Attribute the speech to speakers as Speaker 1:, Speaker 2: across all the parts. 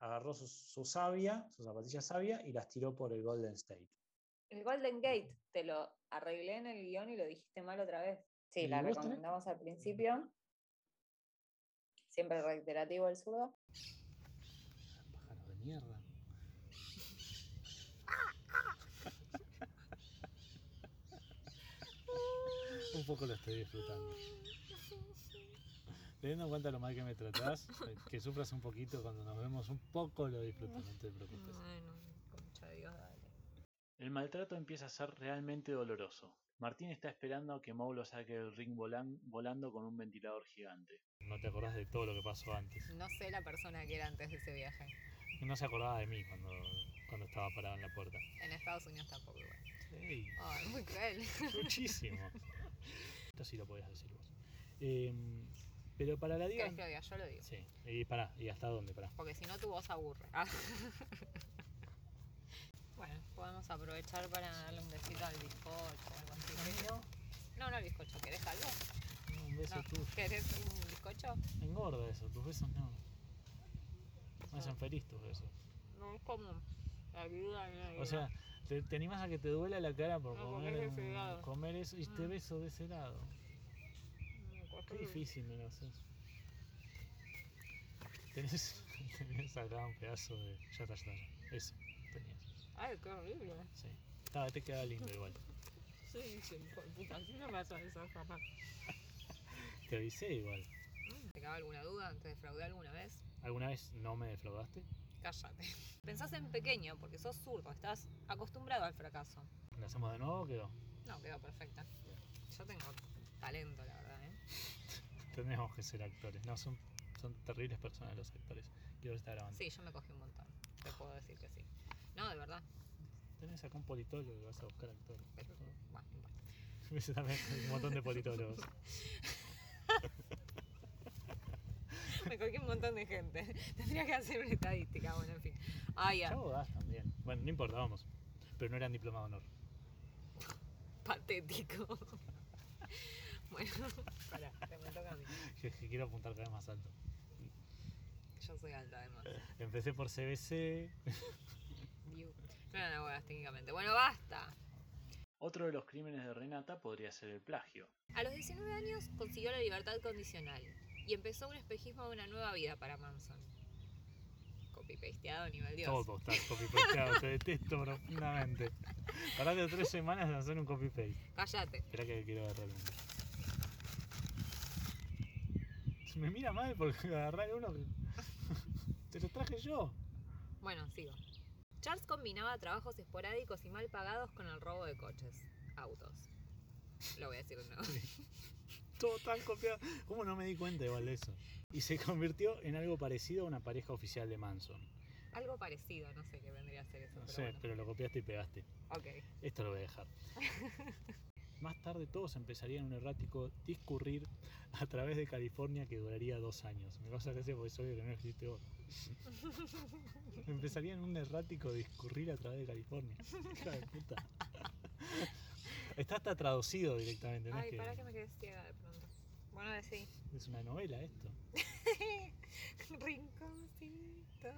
Speaker 1: agarró su, su savia, su zapatilla sabia, y las tiró por el Golden State.
Speaker 2: El Golden Gate, te lo arreglé en el guión y lo dijiste mal otra vez. Sí,
Speaker 1: ¿Y
Speaker 2: la
Speaker 1: vos
Speaker 2: recomendamos al principio. Siempre reiterativo el zurdo.
Speaker 3: Pájaro de mierda. Un poco lo estoy disfrutando. Teniendo en cuenta lo mal que me tratás, eh, que sufras un poquito cuando nos vemos, un poco lo disfrutamos, no te preocupes.
Speaker 2: Bueno, concha de Dios, dale.
Speaker 3: El maltrato empieza a ser realmente doloroso. Martín está esperando a que Mau lo saque del ring volan- volando con un ventilador gigante. No te acordás de todo lo que pasó antes.
Speaker 4: No sé la persona que era antes de ese viaje.
Speaker 3: No se acordaba de mí cuando, cuando estaba parado en la puerta.
Speaker 4: En Estados Unidos tampoco igual.
Speaker 3: ¡Ey!
Speaker 4: Ay, muy cruel.
Speaker 3: Muchísimo. Esto sí lo podías decir vos. Em, pero para la diva...
Speaker 4: ¿Querés que lo diga? Yo lo digo.
Speaker 3: Sí. Y pará, ¿y hasta dónde? Pará.
Speaker 4: Porque si no tu voz aburre. Ah. bueno, podemos aprovechar para darle un besito al bizcocho o algo así. No, no al bizcocho. ¿Querés algo?
Speaker 3: No, un beso
Speaker 4: No.
Speaker 3: tuyo.
Speaker 4: ¿Querés un bizcocho?
Speaker 3: Engorda eso, tus besos no. No hacen feliz tus besos.
Speaker 4: No, es como la vida
Speaker 3: O sea, te, te animas a que te duela la cara por
Speaker 4: No, porque
Speaker 3: comer,
Speaker 4: es de ese
Speaker 3: un-
Speaker 4: lado.
Speaker 3: comer eso y te
Speaker 4: Mm.
Speaker 3: beso de ese lado. Qué difícil me lo haces. Tenés, tenés acá un pedazo de. Ya está, ya está. ya. Eso, tenías.
Speaker 4: Ay, qué horrible.
Speaker 3: Sí. Estaba, te quedaba lindo igual.
Speaker 4: Sí, sí, hijo de puta. Así no me vas a desafajar.
Speaker 3: Te avisé igual.
Speaker 4: ¿Te quedaba alguna duda? ¿Te defraudé alguna vez?
Speaker 3: ¿Alguna vez no me defraudaste?
Speaker 4: Cállate. Pensás en pequeño porque sos zurdo, estás acostumbrado al fracaso.
Speaker 3: ¿Lo hacemos de nuevo o quedó?
Speaker 4: No, quedó perfecta. Yo tengo talento, la verdad, ¿eh?
Speaker 3: Tenemos que ser actores. No, son, son terribles personas los actores. Quiero estar grabando.
Speaker 4: Sí, yo me cogí un montón. Te puedo decir que sí. No, de verdad.
Speaker 3: Tenés acá un politólogo que vas a buscar actores.
Speaker 4: Pero, bueno, no importa.
Speaker 3: Hubiese también un montón de politólogos.
Speaker 4: Me cogí un montón de gente. Tendría que hacer una estadística, bueno, en fin. Ay,
Speaker 3: Ya
Speaker 4: ya.
Speaker 3: abogás también. Bueno, no importa, vamos. Pero no eran diploma de honor.
Speaker 4: Patético. bueno, pará, te me toca a mí.
Speaker 3: Que, que quiero apuntar cada vez más alto.
Speaker 4: Yo soy alta, además.
Speaker 3: Empecé por CBC.
Speaker 4: Diu. No eran abogadas técnicamente. Bueno, basta.
Speaker 3: Otro de los crímenes de Renata podría ser el plagio.
Speaker 4: A los 19 años consiguió la libertad condicional y empezó un espejismo de una nueva vida para Manson. Copy-pasteado a nivel Dios.
Speaker 3: Todo está copy-pasteado. Te detesto profundamente. Parate tres semanas de hacer un copy-paste.
Speaker 4: Cállate.
Speaker 3: Espera que quiero agarrar uno. Se me mira mal porque agarrar uno que. Te lo traje yo.
Speaker 4: Bueno, sigo. Charles combinaba trabajos esporádicos y mal pagados con el robo de coches, autos. Lo voy a decir de nuevo.
Speaker 3: Todo tan copiado. ¿Cómo no me di cuenta igual de eso? Y se convirtió en algo parecido a una pareja oficial de Manson.
Speaker 4: Algo parecido, no sé qué vendría a ser eso.
Speaker 3: No
Speaker 4: pero
Speaker 3: sé,
Speaker 4: bueno.
Speaker 3: pero lo copiaste y pegaste.
Speaker 4: Ok.
Speaker 3: Esto lo voy a dejar. Más tarde todos empezarían un errático discurrir a través de California que duraría dos años. Me vas a gracia porque soy que no existe vos. empezarían un errático discurrir a través de California. Hija de puta. Está hasta traducido directamente, no es
Speaker 4: Ay,
Speaker 3: que-
Speaker 4: para que me quedé ciega de pronto. Bueno, decí.
Speaker 3: es una novela esto.
Speaker 4: Rinconcito.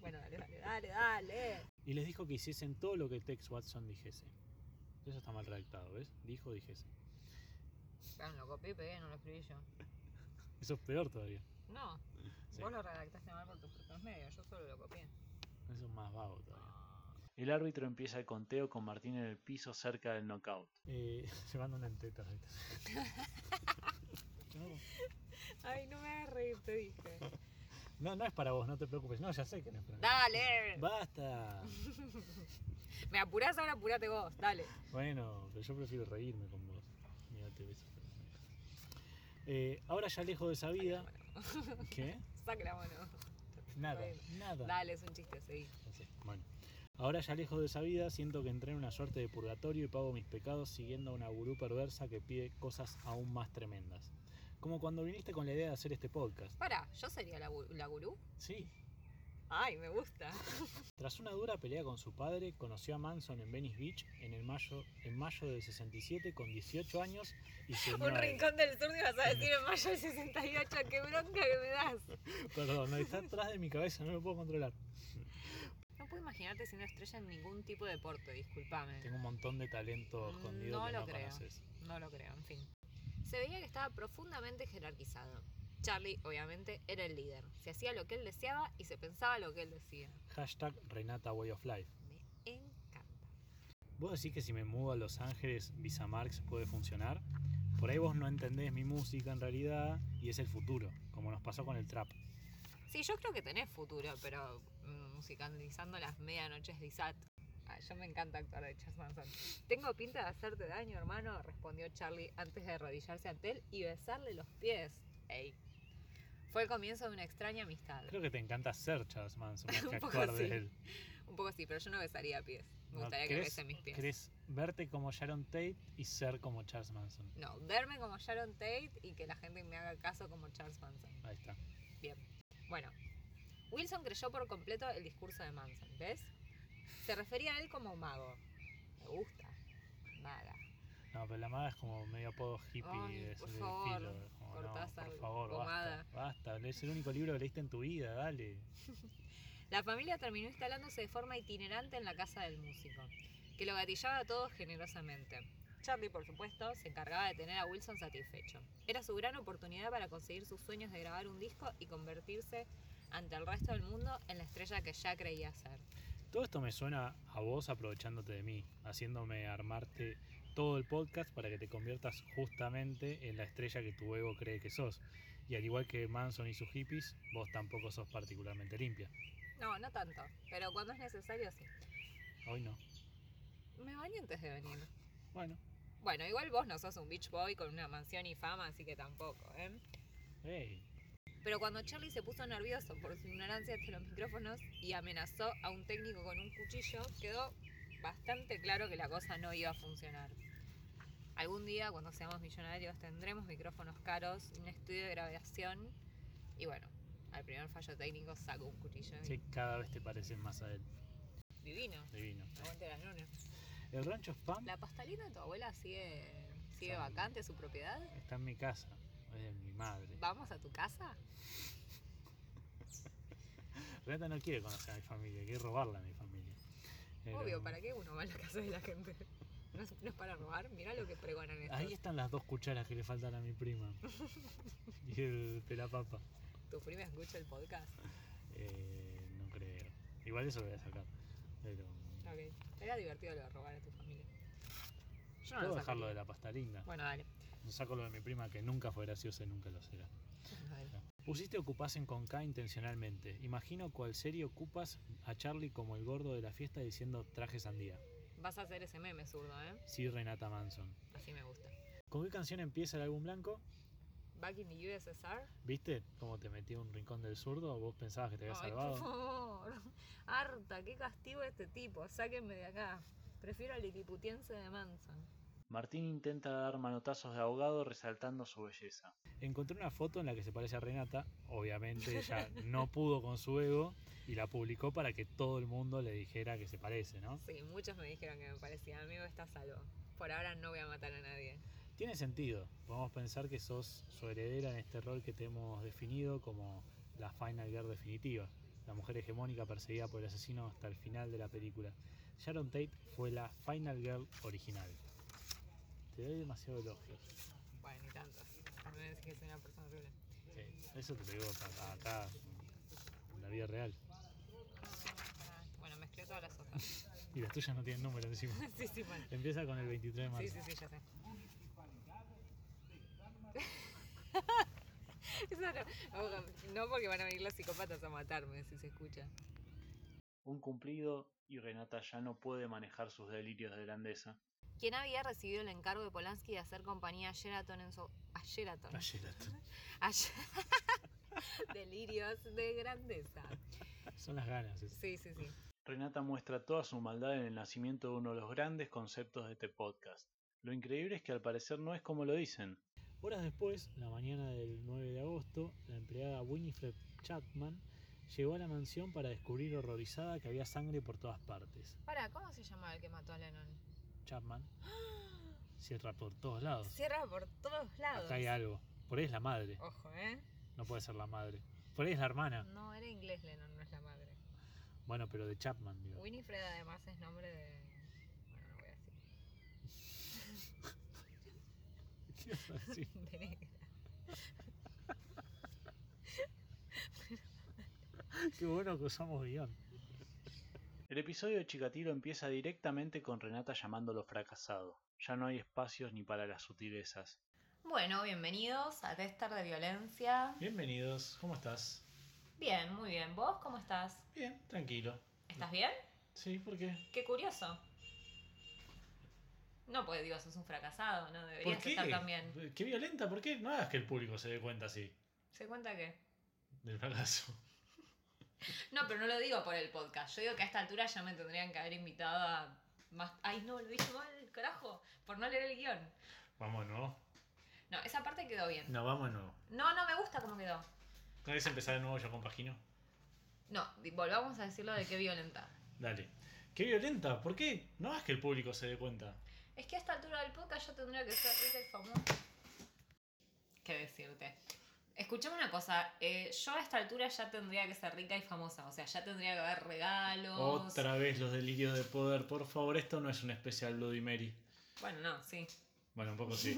Speaker 4: Bueno, dale, dale, dale, dale.
Speaker 3: Y les dijo que hiciesen todo lo que Tex Watson dijese. Eso está mal redactado, ¿ves? Dijo, dijese.
Speaker 4: Claro, Ah, lo copié y pegué, no lo escribí yo.
Speaker 3: Eso es peor todavía.
Speaker 4: No,
Speaker 3: Sí.
Speaker 4: vos lo redactaste mal por tus propios medios, yo solo lo copié.
Speaker 3: Eso es más vago todavía.
Speaker 5: El árbitro empieza el conteo con Martín en el piso cerca del knockout.
Speaker 3: Eh, llevando una enteta. ¿viste? No.
Speaker 4: Ay, no me hagas reír, te dije.
Speaker 3: No, no es para vos, no te preocupes. No, ya sé que no es para mí.
Speaker 4: ¡Dale!
Speaker 3: ¡Basta!
Speaker 4: Me apurás ahora, apurate vos, dale.
Speaker 3: Bueno, pero yo prefiero reírme con vos. Mirá, te beso. Eh, ahora ya lejos de esa vida. ¿Qué?
Speaker 4: Saque la mano.
Speaker 3: Nada,
Speaker 4: Bueno,
Speaker 3: nada.
Speaker 4: Dale, es un chiste, seguí.
Speaker 3: Ya sé, Bueno, ahora ya lejos de esa vida, siento que entré en una suerte de purgatorio y pago mis pecados siguiendo a una gurú perversa que pide cosas aún más tremendas. Como cuando viniste con la idea de hacer este podcast.
Speaker 4: Pará, ¿yo sería la, gu- la gurú?
Speaker 3: Sí,
Speaker 4: Ay, me gusta.
Speaker 3: Tras una dura pelea con su padre, conoció a Manson en Venice Beach en, el mayo, en mayo del 67 con 18 años y se unió
Speaker 4: Un
Speaker 3: a él.
Speaker 4: rincón del sur me vas a decir en mayo del 68, qué bronca que me das.
Speaker 3: Perdón, no, está atrás de mi cabeza, no lo puedo controlar.
Speaker 4: No puedo imaginarte siendo estrella en ningún tipo de deporte, discúlpame.
Speaker 3: Tengo un montón de talento escondido
Speaker 4: Mm, No
Speaker 3: que
Speaker 4: lo
Speaker 3: no
Speaker 4: creo.
Speaker 3: conoces.
Speaker 4: No lo creo, en fin. Se veía que estaba profundamente jerarquizado. Charlie, obviamente, era el líder. Se hacía lo que él deseaba y se pensaba lo que él decía.
Speaker 3: Hashtag Renata Way of Life.
Speaker 4: Me encanta.
Speaker 3: Vos decís que si me mudo a Los Ángeles, Visa Marx puede funcionar. Por ahí vos no entendés mi música en realidad y es el futuro, como nos pasó con el trap.
Speaker 4: Sí, yo creo que tenés futuro, pero mm, musicalizando las medianoches de Isat. Ah, yo me encanta actuar de Chas Manson. Tengo pinta de hacerte daño, hermano, respondió Charlie antes de arrodillarse ante él y besarle los pies. Ey. Fue el comienzo de una extraña amistad.
Speaker 3: Creo que te encanta ser Charles Manson más que
Speaker 4: Un poco
Speaker 3: actuar de
Speaker 4: sí.
Speaker 3: él.
Speaker 4: Un poco sí, pero yo no besaría pies. Me
Speaker 3: ¿No?
Speaker 4: gustaría que
Speaker 3: ¿Querés-
Speaker 4: besen mis pies.
Speaker 3: querés verte como Sharon Tate y ser como Charles Manson.
Speaker 4: No, verme como Sharon Tate y que la gente me haga caso como Charles Manson.
Speaker 3: Ahí está.
Speaker 4: Bueno, Wilson creyó por completo el discurso de Manson, ¿ves? Se refería a él como mago. Me gusta. Maga.
Speaker 3: No, pero la maga es como medio apodo hippie
Speaker 4: Ay,
Speaker 3: de ese
Speaker 4: por favor,
Speaker 3: estilo. Como, no,
Speaker 4: Cortázar,
Speaker 3: por favor,
Speaker 4: pomada.
Speaker 3: basta, basta. Es el único libro que leíste en tu vida, dale.
Speaker 4: La familia terminó instalándose de forma itinerante en la casa del músico, que lo gatillaba a todos generosamente. Charlie, por supuesto, se encargaba de tener a Wilson satisfecho. Era su gran oportunidad para conseguir sus sueños de grabar un disco y convertirse ante el resto del mundo en la estrella que ya creía ser.
Speaker 3: Todo esto me suena a vos aprovechándote de mí, haciéndome armarte todo el podcast para que te conviertas justamente en la estrella que tu ego cree que sos. Y al igual que Manson y sus hippies, vos tampoco sos particularmente limpia.
Speaker 4: No, no tanto, pero cuando es necesario sí.
Speaker 3: Hoy no.
Speaker 4: Me baño antes de venir.
Speaker 3: Bueno.
Speaker 4: Bueno, igual vos no sos un beach boy con una mansión y fama, así que tampoco, ¿eh?
Speaker 3: Hey.
Speaker 4: Pero cuando Charlie se puso nervioso por su ignorancia ante los micrófonos y amenazó a un técnico con un cuchillo, quedó bastante claro que la cosa no iba a funcionar. Algún día, cuando seamos millonarios, tendremos micrófonos caros, un estudio de grabación y bueno, al primer fallo técnico saco un cuchillo. y-
Speaker 3: Sí, cada vez te pareces más a él.
Speaker 4: Divino.
Speaker 3: Divino.
Speaker 4: Aguante las lunas.
Speaker 3: El rancho Spam
Speaker 4: ¿La pastelita de tu abuela sigue, sigue
Speaker 3: Sí.
Speaker 4: vacante su propiedad?
Speaker 3: está en mi casa. Es de mi madre.
Speaker 4: ¿Vamos a tu casa?
Speaker 3: Renata no quiere conocer a mi familia, quiere robarla a mi familia. Pero-
Speaker 4: Obvio, ¿para qué uno va a la casa de la gente? No es, no es para robar, mirá lo que pregonan estos.
Speaker 3: Ahí están las dos cucharas que le faltan a mi prima. y el de la papa.
Speaker 4: ¿Tu prima escucha el podcast?
Speaker 3: Eh, no creo. Igual eso lo voy a sacar. Pero.
Speaker 4: Ok. Era divertido lo de robar a tu familia. Yo
Speaker 3: Puedo
Speaker 4: lo
Speaker 3: dejarlo
Speaker 4: sacaría.
Speaker 3: de la pasta linda.
Speaker 4: Bueno, dale.
Speaker 3: No saco lo de mi prima que nunca fue graciosa y nunca lo será. Pusiste ocupasen con K intencionalmente. Imagino cuál serie ocupas a Charlie como el gordo de la fiesta diciendo traje sandía.
Speaker 4: Vas a hacer ese meme zurdo, ¿eh?
Speaker 3: Sí, Renata Manson.
Speaker 4: Así me gusta.
Speaker 3: ¿Con qué canción empieza el álbum blanco?
Speaker 4: Back in the USSR.
Speaker 3: ¿Viste cómo te metí a un rincón del zurdo? ¿Vos pensabas que te había
Speaker 4: Ay, por
Speaker 3: salvado?
Speaker 4: favor. Harta, qué castigo este tipo. Sáquenme de acá. Prefiero al liliputiense de Manson.
Speaker 5: Martín intenta dar manotazos de ahogado resaltando su belleza.
Speaker 3: Encontré una foto en la que se parece a Renata. Obviamente ella no pudo con su ego y la publicó para que todo el mundo le dijera que se parece, ¿no?
Speaker 4: Sí, muchos me dijeron que me parecía. Amigo, está salvo. Por ahora no voy a matar a nadie.
Speaker 3: Tiene sentido. Podemos pensar que sos su heredera en este rol que te hemos definido como la Final Girl definitiva, la mujer hegemónica perseguida por el asesino hasta el final de la película. Sharon Tate fue la Final Girl original. Te doy demasiado elogios.
Speaker 4: Bueno, ni tanto. También decís que soy una persona horrible.
Speaker 3: Sí, eso te lo digo acá, acá, en la vida real.
Speaker 4: Bueno, mezclé todas las hojas.
Speaker 3: Y las tuyas no tienen número encima.
Speaker 4: sí, sí, bueno.
Speaker 3: Empieza con el 23 de
Speaker 4: Sí,
Speaker 3: marzo.
Speaker 4: sí, sí, ya sé. Eso no, ojo, no porque van a venir los psicópatas a matarme si se escucha.
Speaker 5: Un cumplido y Renata ya no puede manejar sus delirios de grandeza.
Speaker 4: Quien había recibido el encargo de Polanski de hacer compañía a Sheraton en su... A Sheraton.
Speaker 3: Ayer era-
Speaker 4: A She- Delirios de grandeza.
Speaker 3: Son las ganas. es-
Speaker 4: Sí, sí, sí.
Speaker 5: Renata muestra toda su maldad en el nacimiento de uno de los grandes conceptos de este podcast. Lo increíble es que al parecer no es como lo dicen.
Speaker 3: Horas después, la mañana del 9 de agosto, la empleada Winifred Chapman
Speaker 6: Llegó a la mansión para descubrir horrorizada que había sangre por todas partes.
Speaker 4: Para, ¿cómo se llama el que mató a Lennon?
Speaker 6: Chapman cierra por todos lados.
Speaker 4: Cierra por todos lados.
Speaker 6: Acá hay algo. Por ahí es la madre.
Speaker 4: Ojo, ¿eh?
Speaker 6: No puede ser la madre. Por ahí es la hermana.
Speaker 4: No, era inglés Lennon, no es la madre.
Speaker 6: Bueno, pero de Chapman, digo.
Speaker 4: Winifred además es nombre de... Bueno, no voy a decir.
Speaker 6: ¿Qué iba a decir?
Speaker 4: De negra.
Speaker 6: Qué bueno que usamos guión.
Speaker 5: El episodio de Chikatilo empieza directamente con Renata llamándolo fracasado. Ya no hay espacios ni para las sutilezas.
Speaker 4: Bueno, bienvenidos a Tester de Violencia.
Speaker 3: Bienvenidos, ¿cómo estás?
Speaker 4: Bien, muy bien. ¿Vos cómo estás?
Speaker 3: Bien, tranquilo.
Speaker 4: ¿Estás bien?
Speaker 3: Sí, ¿por qué?
Speaker 4: Qué curioso. No, pues digo, sos un fracasado, no
Speaker 3: ¿Por
Speaker 4: deberías
Speaker 3: qué?
Speaker 4: estar tan bien.
Speaker 3: Qué violenta, ¿por qué? No hagas que el público se dé cuenta así
Speaker 4: ¿Se cuenta que?
Speaker 3: del fracaso.
Speaker 4: No, pero no lo digo por el podcast. Yo digo que a esta altura ya me tendrían que haber invitado a más. Ay, no, lo dije mal, carajo, por no leer el guión.
Speaker 3: Vamos de nuevo.
Speaker 4: No, esa parte quedó bien.
Speaker 3: No, vamos de nuevo.
Speaker 4: No, no me gusta cómo quedó.
Speaker 3: ¿No querés empezar de nuevo ya con Pagino?
Speaker 4: No, di- volvamos a decirlo de qué violenta.
Speaker 3: Dale. Qué violenta, ¿por qué? No hagas que el público se dé cuenta.
Speaker 4: Es que a esta altura del podcast yo tendría que ser rica y famosa. ¿Qué decirte? Escuchame una cosa, eh, yo a esta altura ya tendría que ser rica y famosa, o sea, ya tendría que haber regalos.
Speaker 3: Otra vez los delirios de poder. Por favor, esto no es un especial Bloody Mary.
Speaker 4: Bueno, no, sí.
Speaker 3: Bueno, un poco sí.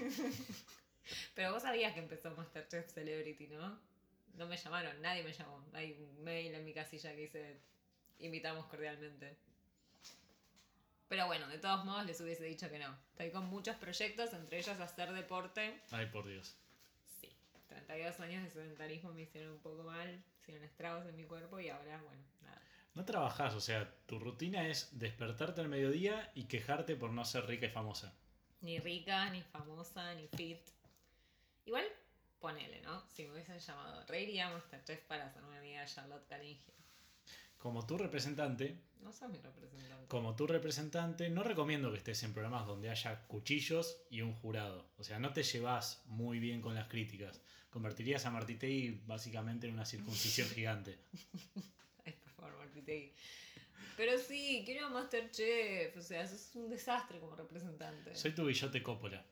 Speaker 4: Pero vos sabías que empezó Masterchef Celebrity, ¿no? No me llamaron, nadie me llamó. Hay un mail en mi casilla que dice invitamos cordialmente. Pero bueno, de todos modos les hubiese dicho que no. Estoy con muchos proyectos, entre ellos hacer deporte.
Speaker 3: Ay, por Dios.
Speaker 4: Sí, 32 años de sedentarismo me hicieron un poco mal, hicieron estragos en mi cuerpo y ahora, bueno, nada.
Speaker 3: No trabajás, o sea, tu rutina es despertarte al mediodía y quejarte por no ser rica y famosa.
Speaker 4: Ni rica, ni famosa, ni fit. Igual, ponele, ¿no? Si me hubiesen llamado, reiría a Masterchef para hacerme amiga de Charlotte Caringia.
Speaker 3: Como tu representante,
Speaker 4: No sos mi representante.
Speaker 3: como tu representante, no recomiendo que estés en programas donde haya cuchillos y un jurado. O sea, no te llevas muy bien con las críticas. Convertirías a Martitei básicamente en una circuncisión gigante.
Speaker 4: Ay, por favor, Martitegui. Pero sí, quiero a Masterchef. O sea, es un desastre como representante.
Speaker 3: Soy tu Guillote Coppola.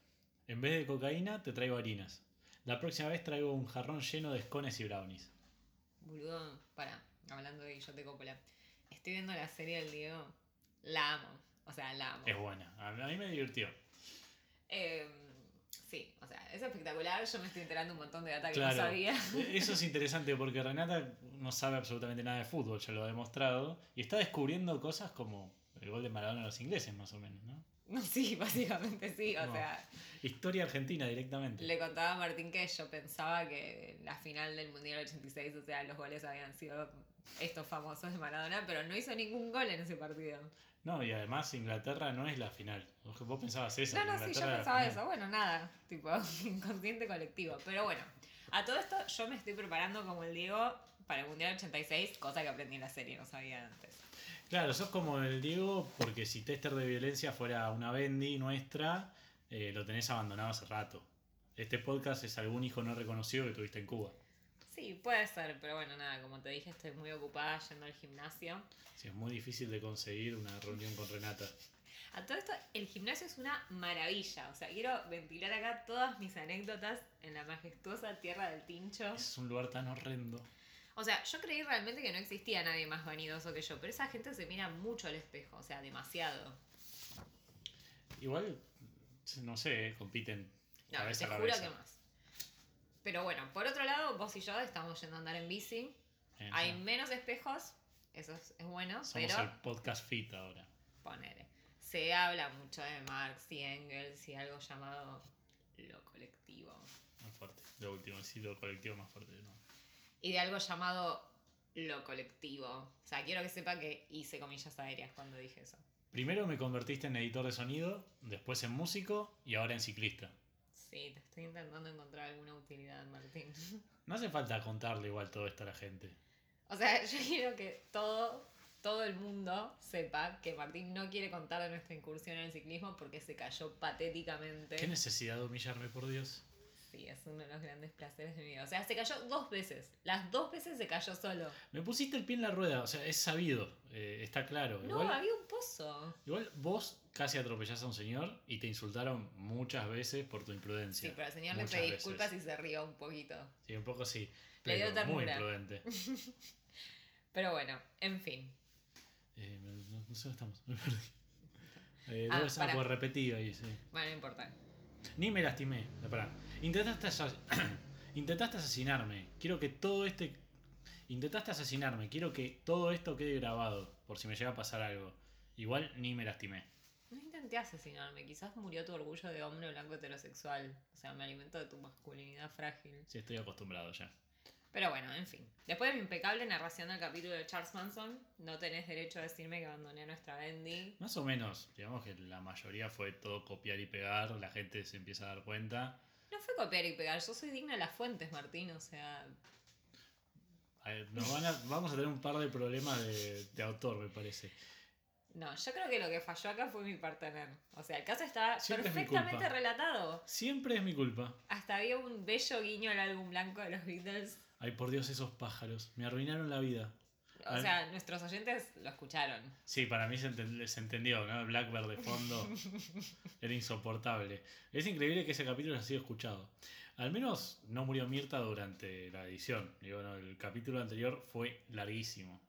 Speaker 3: En vez de cocaína, te traigo harinas. La próxima vez traigo un jarrón lleno de escones y brownies.
Speaker 4: Boludo, para, hablando de Guillote Coppola. Estoy viendo la serie del Diego. La amo. O sea, la amo.
Speaker 3: Es buena. A a mí me divirtió.
Speaker 4: Eh, sí, o sea, es espectacular. Yo me estoy enterando un montón de data que
Speaker 3: Claro. E-,
Speaker 4: no sabía.
Speaker 3: Eso es interesante porque Renata no sabe absolutamente nada de fútbol, ya lo ha demostrado. Y está descubriendo cosas como el gol de Maradona a los ingleses, más o menos, ¿no?
Speaker 4: No, sí, básicamente sí. O
Speaker 3: No.
Speaker 4: sea,
Speaker 3: Historia argentina directamente.
Speaker 4: le contaba a Martín que yo pensaba que la final del Mundial 86, o sea, los goles habían sido estos famosos de Maradona, pero no hizo ningún gol en ese partido.
Speaker 3: No, y además Inglaterra no es la final. Vos vos pensabas eso.
Speaker 4: No,
Speaker 3: que
Speaker 4: no, sí, yo
Speaker 3: Inglaterra era la
Speaker 4: pensaba
Speaker 3: final.
Speaker 4: eso. Bueno, nada, tipo, inconsciente colectivo. Pero bueno, a todo esto yo me estoy preparando como el Diego para el Mundial 86, cosa que aprendí en la serie, no sabía antes.
Speaker 3: Claro, sos como el Diego, porque si Tester de Violencia fuera una Bendy nuestra, eh, lo tenés abandonado hace rato. Este podcast es algún hijo no reconocido que tuviste en Cuba.
Speaker 4: Sí, puede ser, pero bueno, nada, como te dije, estoy muy ocupada yendo al gimnasio.
Speaker 3: Sí, es muy difícil de conseguir una reunión con Renata.
Speaker 4: A todo esto, el gimnasio es una maravilla. O sea, quiero ventilar acá todas mis anécdotas en la majestuosa tierra del Tincho.
Speaker 3: Es un lugar tan horrendo.
Speaker 4: O sea, yo creí realmente que no existía nadie más vanidoso que yo, pero esa gente se mira mucho al espejo, o sea, demasiado.
Speaker 3: Igual, no sé, eh, compiten
Speaker 4: No,
Speaker 3: cabeza
Speaker 4: te
Speaker 3: a
Speaker 4: juro
Speaker 3: cabeza.
Speaker 4: que más. Pero bueno, por otro lado, vos y yo estamos yendo a andar en bici.
Speaker 3: Eh,
Speaker 4: Hay
Speaker 3: sí.
Speaker 4: menos espejos, eso es, es bueno,
Speaker 3: Somos
Speaker 4: pero
Speaker 3: el podcast fit ahora.
Speaker 4: ponele. Se habla mucho de Marx y Engels y algo llamado lo colectivo.
Speaker 3: Más fuerte. Lo último, sí, lo colectivo más fuerte. ¿no?
Speaker 4: Y de algo llamado lo colectivo. O sea, quiero que sepa que hice comillas aéreas cuando dije eso.
Speaker 3: Primero me convertiste en editor de sonido, después en músico y ahora en ciclista.
Speaker 4: Sí, te estoy intentando encontrar alguna utilidad, Martín.
Speaker 3: No hace falta contarle igual todo esto a la gente.
Speaker 4: O sea, yo quiero que todo, todo el mundo sepa que Martín no quiere contar de nuestra incursión en el ciclismo porque se cayó patéticamente.
Speaker 3: ¿Qué necesidad de humillarme, por Dios?
Speaker 4: Sí, es uno de los grandes placeres de mi vida. O sea, se cayó dos veces. Las dos veces se cayó solo.
Speaker 3: Me pusiste el pie en la rueda, o sea, es sabido, eh, está claro.
Speaker 4: No,
Speaker 3: Igual-
Speaker 4: había un pozo.
Speaker 3: Igual vos casi atropellás a un señor y te insultaron muchas veces por tu imprudencia.
Speaker 4: Sí, pero al señor le
Speaker 3: muchas
Speaker 4: pedí
Speaker 3: veces.
Speaker 4: disculpas y se rió un poquito.
Speaker 3: Sí, un poco sí.
Speaker 4: Le dio
Speaker 3: Pero muy
Speaker 4: ternura.
Speaker 3: imprudente.
Speaker 4: Pero bueno, en fin.
Speaker 3: Eh, no, no sé dónde estamos. me perdí. Eh,
Speaker 4: Ah,
Speaker 3: debe ser algo
Speaker 4: pará.
Speaker 3: repetido ahí, sí.
Speaker 4: Bueno, no importa.
Speaker 3: Ni me lastimé. No, pará. Intentaste, asa- intentaste asesinarme. Quiero que todo este. Intentaste asesinarme. Quiero que todo esto quede grabado. Por si me llega a pasar algo. Igual ni me lastimé.
Speaker 4: No intenté asesinarme. Quizás murió tu orgullo de hombre blanco heterosexual. O sea, me alimentó de tu masculinidad frágil.
Speaker 3: Sí, estoy acostumbrado ya.
Speaker 4: Pero bueno, en fin. Después de mi impecable narración del capítulo de Charles Manson, no tenés derecho a decirme que abandoné a nuestra Bendy.
Speaker 3: Más o menos, digamos que la mayoría fue todo copiar y pegar, la gente se empieza a dar cuenta.
Speaker 4: No fue copiar y pegar, yo soy digna de las fuentes, Martín. O sea,
Speaker 3: A ver, Nos van a- vamos a tener un par de problemas de, de autor, me parece.
Speaker 4: no, yo creo que lo que falló acá fue mi partener. O sea, el caso está
Speaker 3: Siempre es mi
Speaker 4: perfectamente
Speaker 3: culpa.
Speaker 4: relatado.
Speaker 3: Siempre es mi culpa.
Speaker 4: Hasta había un bello guiño al álbum blanco de los Beatles.
Speaker 3: Ay, por Dios, esos pájaros. Me arruinaron la vida.
Speaker 4: O
Speaker 3: Al-
Speaker 4: sea, nuestros oyentes lo escucharon.
Speaker 3: Sí, para mí se, enten- se entendió, ¿no? Blackbird de fondo era insoportable. Es increíble que ese capítulo haya sido escuchado. Al menos no murió Mirta durante la edición. Digo, no, el capítulo anterior fue larguísimo.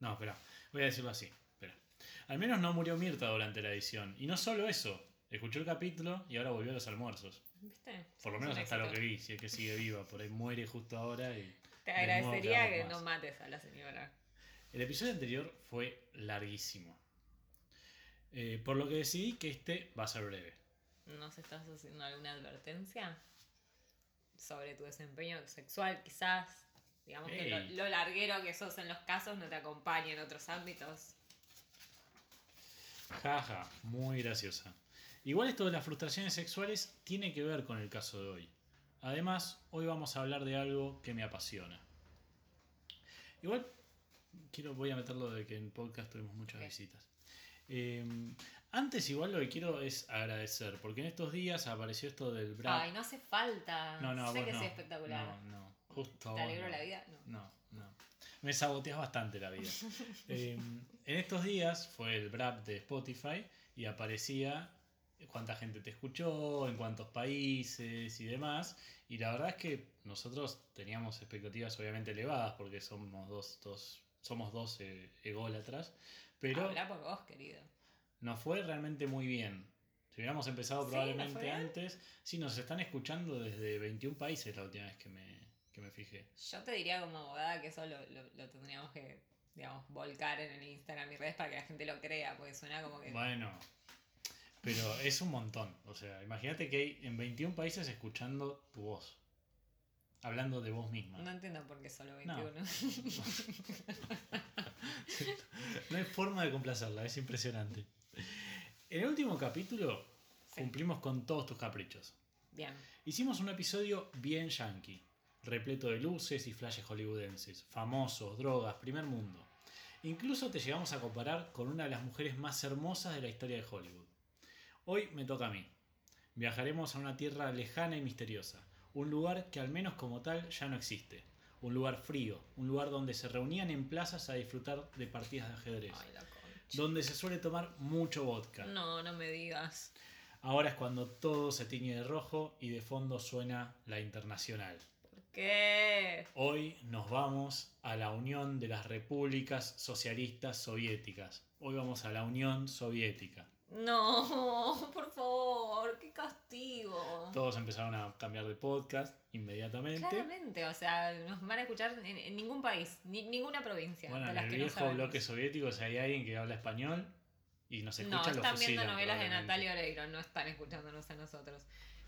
Speaker 3: No, espera, voy a decirlo así. espera. Al menos no murió Mirta durante la edición. Y no solo eso, escuchó el capítulo y ahora volvió a los almuerzos.
Speaker 4: ¿Viste?
Speaker 3: Por lo
Speaker 4: Es
Speaker 3: menos
Speaker 4: un
Speaker 3: hasta lo que
Speaker 4: éxito.
Speaker 3: vi, si es que sigue viva. Por ahí muere justo ahora y...
Speaker 4: Te
Speaker 3: de nuevo
Speaker 4: agradecería
Speaker 3: quedamos
Speaker 4: que
Speaker 3: más.
Speaker 4: no mates a la señora.
Speaker 3: El episodio anterior fue larguísimo. Eh, por lo que decidí que este va a ser breve.
Speaker 4: ¿Nos estás haciendo alguna advertencia? Sobre tu desempeño sexual, quizás. Digamos que lo,
Speaker 3: Ey.
Speaker 4: lo larguero que sos en los casos no te acompaña en otros ámbitos.
Speaker 3: Jaja, muy graciosa. Igual esto de las frustraciones sexuales tiene que ver con el caso de hoy. Además, hoy vamos a hablar de algo que me apasiona. Igual, quiero, voy a meterlo de que en podcast tuvimos muchas
Speaker 4: Ok.
Speaker 3: visitas. Eh, antes, igual lo que quiero es agradecer, porque en estos días apareció esto del Brad.
Speaker 4: Ay, no hace falta.
Speaker 3: no, no, a
Speaker 4: sé
Speaker 3: vos
Speaker 4: que
Speaker 3: no.
Speaker 4: soy espectacular.
Speaker 3: No, no, justo. a vos
Speaker 4: ¿Te alegro
Speaker 3: no.
Speaker 4: la vida? No.
Speaker 3: No, no. Me saboteas bastante la vida. Eh, en estos días fue el Brad de Spotify y aparecía cuánta gente te escuchó, en cuántos países y demás. Y la verdad es que nosotros teníamos expectativas obviamente elevadas porque somos dos, dos- somos dos eh, ególatras, pero
Speaker 4: Habla por vos, querido.
Speaker 3: nos fue realmente muy bien. Si hubiéramos empezado
Speaker 4: Sí, nos
Speaker 3: probablemente
Speaker 4: fue bien.
Speaker 3: antes, sí, nos están escuchando desde 21 países la última vez que me, que me fijé.
Speaker 4: Yo te diría como abogada que eso lo, lo- lo tendríamos que, digamos, volcar en el Instagram y redes para que la gente lo crea, porque suena como que...
Speaker 3: Bueno, pero es un montón. O sea, imagínate que hay en 21 países escuchando tu voz. Hablando de vos misma.
Speaker 4: No
Speaker 3: No,
Speaker 4: entiendo por qué solo
Speaker 3: No.
Speaker 4: 21.
Speaker 3: hay forma de complacerla, es impresionante. En el último capítulo
Speaker 4: Sí.
Speaker 3: cumplimos con todos tus caprichos.
Speaker 4: Bien.
Speaker 3: Hicimos un episodio bien yankee, repleto de luces y flashes hollywoodenses, famosos, drogas, primer mundo. Incluso te llegamos a comparar con una de las mujeres más hermosas de la historia de Hollywood. Hoy me toca a mí. Viajaremos a una tierra lejana y misteriosa, un lugar que al menos como tal ya no existe. Un lugar frío, un lugar donde se reunían en plazas a disfrutar de partidas de ajedrez,
Speaker 4: Ay, la concha.
Speaker 3: donde se suele tomar mucho vodka.
Speaker 4: No, no me digas.
Speaker 3: Ahora es cuando todo se tiñe de rojo y de fondo suena la internacional.
Speaker 4: ¿Qué?
Speaker 3: Hoy nos vamos a la Unión de las Repúblicas Socialistas Soviéticas. Hoy vamos a la Unión Soviética.
Speaker 4: No, por favor, qué castigo.
Speaker 3: Todos empezaron a cambiar de podcast inmediatamente.
Speaker 4: Claramente, o sea, nos van a escuchar en, en ningún país, ni- ninguna provincia.
Speaker 3: bueno,
Speaker 4: de
Speaker 3: en
Speaker 4: las
Speaker 3: el
Speaker 4: que no
Speaker 3: viejo
Speaker 4: sabemos.
Speaker 3: bloque soviético, si hay alguien que habla español y nos escucha,
Speaker 4: No,
Speaker 3: lo
Speaker 4: están viendo
Speaker 3: fusilan,
Speaker 4: novelas de
Speaker 3: probablemente.
Speaker 4: Natalia Oreiro, no están escuchándonos a nosotros.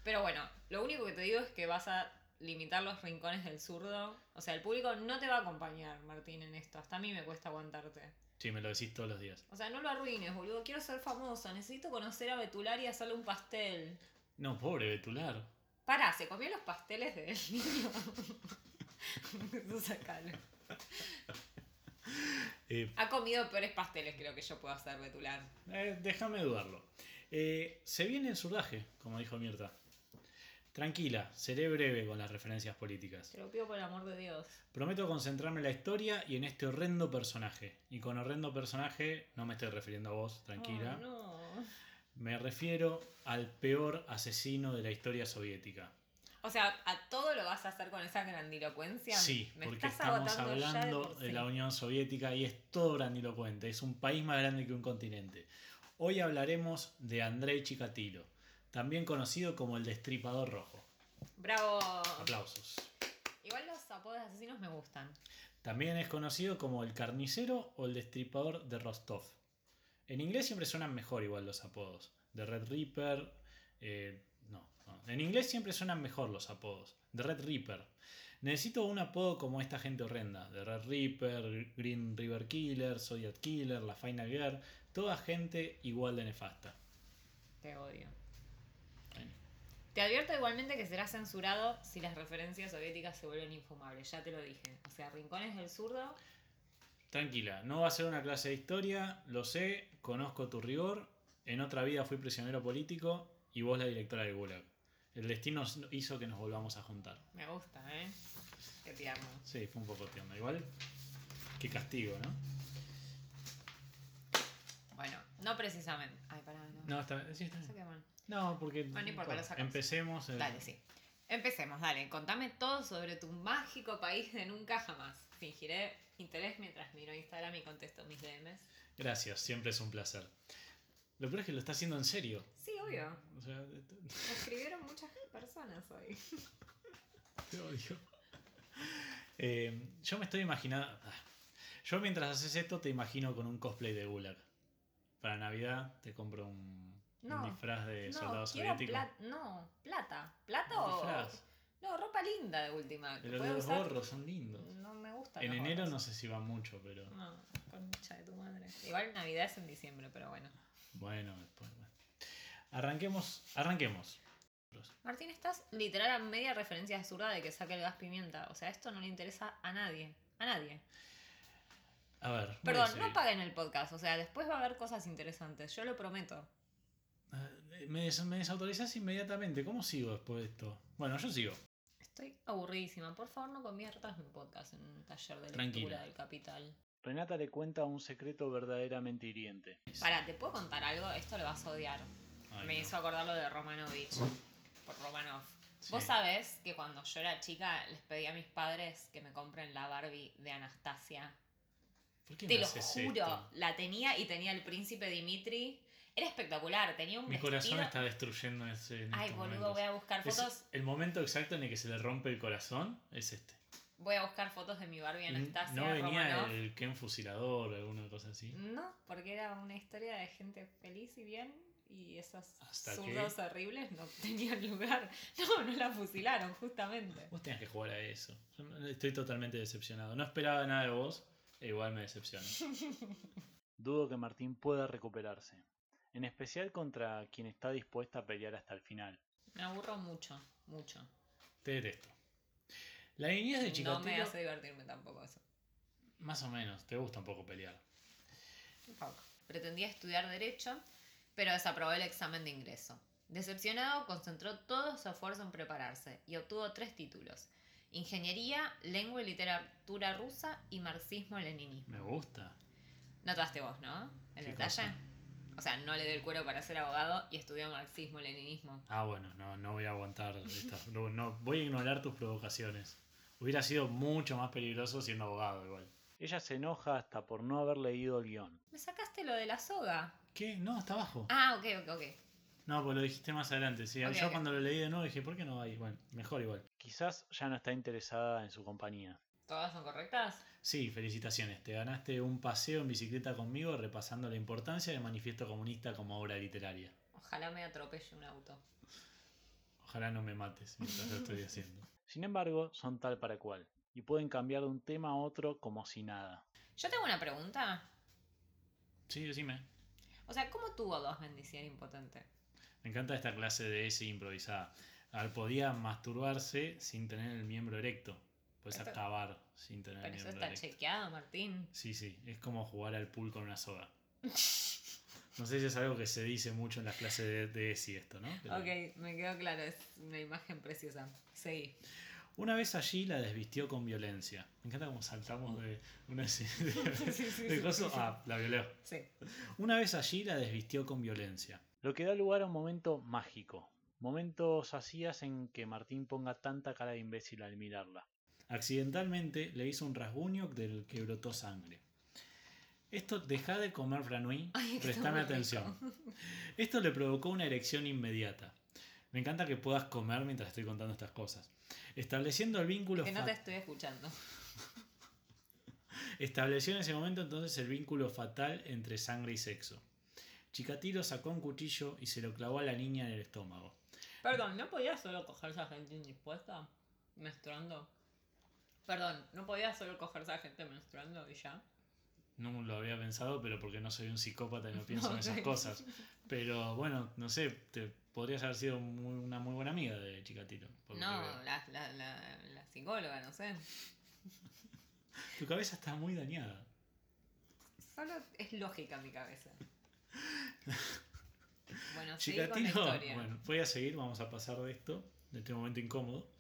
Speaker 4: Pero bueno, lo único que te digo es que vas a limitar los rincones del zurdo. O sea, el público no te va a acompañar, Martín, en esto. Hasta a mí me cuesta aguantarte.
Speaker 3: Sí, me lo decís todos los días.
Speaker 4: O sea, no lo arruines, boludo. Quiero ser famoso, necesito conocer a Betular y hacerle un pastel.
Speaker 3: No, pobre Betular.
Speaker 4: Pará, se comió los pasteles del niño. Eso sacalo.
Speaker 3: Eh,
Speaker 4: Ha comido peores pasteles que lo que yo puedo hacer, Betular.
Speaker 3: Eh, déjame dudarlo. Eh, se viene el surdaje, como dijo Mirta. Tranquila, seré breve con las referencias políticas.
Speaker 7: Te lo pido por el amor de Dios.
Speaker 3: Prometo concentrarme en la historia y en este horrendo personaje. Y con horrendo personaje no me estoy refiriendo a vos, tranquila.
Speaker 7: Ay, no.
Speaker 3: Me refiero al peor asesino de la historia soviética.
Speaker 4: O sea, a todo lo vas a hacer con esa grandilocuencia.
Speaker 3: Sí,
Speaker 4: Me
Speaker 3: porque
Speaker 4: estás
Speaker 3: estamos
Speaker 4: agotando ya de
Speaker 3: hablando
Speaker 4: por
Speaker 3: de
Speaker 4: sí.
Speaker 3: la Unión Soviética y es todo grandilocuente. Es un país más grande que un continente. Hoy hablaremos de Andrei Chikatilo, también conocido como el Destripador Rojo.
Speaker 4: Bravo.
Speaker 3: Aplausos.
Speaker 4: Igual los apodos de asesinos me gustan.
Speaker 3: También es conocido como el carnicero o el destripador de Rostov. En inglés siempre suenan mejor igual los apodos. The Red Reaper. eh, no, no. En inglés siempre suenan mejor los apodos. The Red Reaper. Necesito un apodo como esta gente horrenda. The Red Reaper, Green River Killer, Zodiac Killer, La Final Girl. Toda gente igual de nefasta.
Speaker 4: Te odio.
Speaker 3: Bueno.
Speaker 4: Te advierto igualmente que será censurado si las referencias soviéticas se vuelven infumables, ya te lo dije. O sea, Rincones del Zurdo,
Speaker 3: Tranquila, no va a ser una clase de historia, lo sé, conozco tu rigor. En otra vida fui prisionero político y vos la directora del Gulag. El destino s- hizo que nos volvamos a juntar.
Speaker 4: me gusta, ¿eh? Qué tierno.
Speaker 3: Sí, fue un poco tierno. Igual, qué castigo, ¿no?
Speaker 4: Bueno, no precisamente. Ay, pará, no.
Speaker 3: No, está, sí, está
Speaker 4: Se
Speaker 3: bien.
Speaker 4: quedó mal.
Speaker 3: No, porque.
Speaker 4: Bueno, no importa, lo sacamos.
Speaker 3: Empecemos. eh,
Speaker 4: Dale, sí. Empecemos, dale. Contame todo sobre tu mágico país de nunca jamás. Fingiré interés mientras miro Instagram y contesto mis DMs.
Speaker 3: Gracias, siempre es un placer. Lo peor es que lo está haciendo en serio.
Speaker 4: Sí, obvio.
Speaker 3: O sea, te-
Speaker 4: Me escribieron muchas personas hoy.
Speaker 3: Te odio. Eh, yo me estoy imaginando. ah. Yo mientras haces esto te imagino con un cosplay de Gulag. Para Navidad te compro un, un
Speaker 4: No,
Speaker 3: disfraz de
Speaker 4: No,
Speaker 3: soldado
Speaker 4: quiero
Speaker 3: soviético.
Speaker 4: plata. No, plata. ¿Plata
Speaker 3: Un
Speaker 4: o.?
Speaker 3: disfraz.
Speaker 4: No, ropa linda de última. que
Speaker 3: Pero
Speaker 4: pueda
Speaker 3: los
Speaker 4: usar- Mm,
Speaker 3: gorros son lindos.
Speaker 4: No me gusta.
Speaker 3: En enero no sé si va mucho, pero
Speaker 4: No, concha de tu madre. Igual Navidad es en diciembre, pero bueno.
Speaker 3: bueno, después. bueno. Arranquemos, arranquemos.
Speaker 4: Martín, estás literal a media referencia absurda de que saque el gas pimienta. O sea, esto no le interesa a nadie. A nadie.
Speaker 3: A ver. voy a
Speaker 4: Perdón,
Speaker 3: seguir.
Speaker 4: no paguen el podcast. O sea, después va a haber cosas interesantes. Yo lo prometo.
Speaker 3: Ah, me, des- me desautorizás inmediatamente. ¿Cómo sigo después de esto? Bueno, yo sigo.
Speaker 4: Estoy aburridísima. Por favor, no conviertas mi podcast en un taller de
Speaker 3: Tranquila.
Speaker 4: lectura del capital.
Speaker 5: Renata le cuenta un secreto verdaderamente hiriente.
Speaker 4: Para, ¿te puedo contar algo? Esto lo vas a odiar.
Speaker 3: Ay,
Speaker 4: Me
Speaker 3: no.
Speaker 4: hizo acordar lo de Romanovich. Por Romanov.
Speaker 3: Sí.
Speaker 4: Vos sabés que cuando yo era chica les pedí a mis padres que me compren la Barbie de Anastasia.
Speaker 3: ¿Por qué
Speaker 4: Te
Speaker 3: me
Speaker 4: lo
Speaker 3: haces
Speaker 4: juro,
Speaker 3: esto?
Speaker 4: la tenía y tenía el príncipe Dimitri. Era espectacular, tenía un
Speaker 3: Mi
Speaker 4: vestido.
Speaker 3: corazón está destruyendo ese. en
Speaker 4: Ay,
Speaker 3: estos
Speaker 4: boludo,
Speaker 3: momentos.
Speaker 4: voy a buscar
Speaker 3: Es
Speaker 4: fotos.
Speaker 3: el momento exacto en el que se le rompe el corazón es este.
Speaker 4: Voy a buscar fotos de mi Barbie
Speaker 3: Y
Speaker 4: Anastasia.
Speaker 3: no venía
Speaker 4: Romanoff.
Speaker 3: el Ken Fusilador o alguna cosa así.
Speaker 4: No, porque era una historia de gente feliz y bien y esos
Speaker 3: Hasta
Speaker 4: zurdos horribles no tenían lugar. No, no la fusilaron, justamente.
Speaker 3: Vos tenías que jugar a eso. Yo no- Estoy totalmente decepcionado. No esperaba nada de vos, e igual me decepcionó.
Speaker 5: Dudo que Martín pueda recuperarse, en especial contra quien está dispuesta a pelear hasta el final.
Speaker 4: Me aburro mucho, mucho.
Speaker 3: Te detesto. La niñez de Chikatilo,
Speaker 4: No me hace divertirme tampoco eso.
Speaker 3: más o menos, te gusta un poco pelear.
Speaker 4: Tampoco. Pretendía estudiar Derecho, pero desaprobó el examen de ingreso. Decepcionado, concentró todo su esfuerzo en prepararse y obtuvo tres títulos. Ingeniería, Lengua y Literatura Rusa y Marxismo-Leninismo.
Speaker 3: Me gusta.
Speaker 4: Notaste vos, ¿no? El
Speaker 3: ¿Qué
Speaker 4: detalle.
Speaker 3: cosa?
Speaker 4: O sea, no le dio el cuero para ser abogado y estudió marxismo-leninismo.
Speaker 3: Ah, bueno, no, no voy a aguantar. estas- no, no, voy a ignorar tus provocaciones. Hubiera sido mucho más peligroso siendo abogado igual.
Speaker 5: Ella se enoja hasta por no haber leído el guión.
Speaker 4: Me sacaste lo de la soga.
Speaker 3: ¿Qué? No, hasta abajo.
Speaker 4: Ah, ok, ok, ok.
Speaker 3: No, pues lo dijiste más adelante. Sí,
Speaker 4: Ok,
Speaker 3: yo
Speaker 4: ok.
Speaker 3: cuando lo leí de nuevo dije, ¿por qué no va ahí? Bueno, mejor igual.
Speaker 5: Quizás ya no está interesada en su compañía.
Speaker 4: ¿Todas son correctas?
Speaker 3: Sí, felicitaciones. Te ganaste un paseo en bicicleta conmigo repasando la importancia del manifiesto comunista como obra literaria.
Speaker 4: Ojalá me atropelle un auto.
Speaker 3: Ojalá no me mates mientras lo estoy haciendo.
Speaker 5: Sin embargo, son tal para cual, y pueden cambiar de un tema a otro como si nada.
Speaker 4: Yo tengo una pregunta.
Speaker 3: Sí, decime.
Speaker 4: O sea, ¿cómo tuvo dos bendición impotente?
Speaker 3: Me encanta esta clase de S improvisada. A ver, podía masturbarse sin tener el miembro erecto. Puedes
Speaker 4: Esto-
Speaker 3: acabar sin tener el
Speaker 4: Pero eso
Speaker 3: miembro
Speaker 4: está
Speaker 3: erecto.
Speaker 4: chequeado, Martín.
Speaker 3: Sí, sí. Es como jugar al pool con una soda. No sé si es algo que se dice mucho en las clases de, de ESI esto, ¿no? Pero-
Speaker 4: Ok, me quedó claro, es una imagen preciosa. Seguí.
Speaker 3: Una vez allí la desvistió con violencia. Me encanta cómo saltamos de una escena de,
Speaker 4: Sí, sí,
Speaker 3: de
Speaker 4: sí,
Speaker 3: coso-
Speaker 4: sí, sí.
Speaker 3: Ah, la violó.
Speaker 4: Sí.
Speaker 3: Una vez allí la desvistió con violencia.
Speaker 8: Lo que da lugar a un momento mágico. Momentos así hacen que Martín ponga tanta cara de imbécil al mirarla.
Speaker 3: Accidentalmente le hizo un rasguño del que brotó sangre. Esto, deja de comer franui,
Speaker 4: Ay, está
Speaker 3: prestame
Speaker 4: muy
Speaker 3: atención. Esto le provocó una erección inmediata. Me encanta que puedas comer mientras estoy contando estas cosas. Estableciendo el vínculo
Speaker 4: Que no
Speaker 3: fa-
Speaker 4: te estoy escuchando.
Speaker 3: Estableció en ese momento entonces el vínculo fatal entre sangre y sexo. Chikatilo sacó un cuchillo y se lo clavó a la niña en el estómago.
Speaker 4: Perdón, ¿no podía solo cogerse a gente indispuesta? Menstruando. Perdón, ¿no podía solo cogerse a gente menstruando y ya?
Speaker 3: No lo había pensado, pero porque no soy un psicópata y no pienso en esas
Speaker 4: Ok.
Speaker 3: cosas. Pero bueno, no sé, te podrías haber sido muy- una muy buena amiga de Chikatilo. porque
Speaker 4: No, la, la, la, la psicóloga, no sé.
Speaker 3: Tu cabeza está muy dañada.
Speaker 4: Solo es lógica mi cabeza. Bueno, sí, con la
Speaker 3: Chikatilo,
Speaker 4: historia.
Speaker 3: bueno, voy a seguir, vamos a pasar de esto, de este momento incómodo.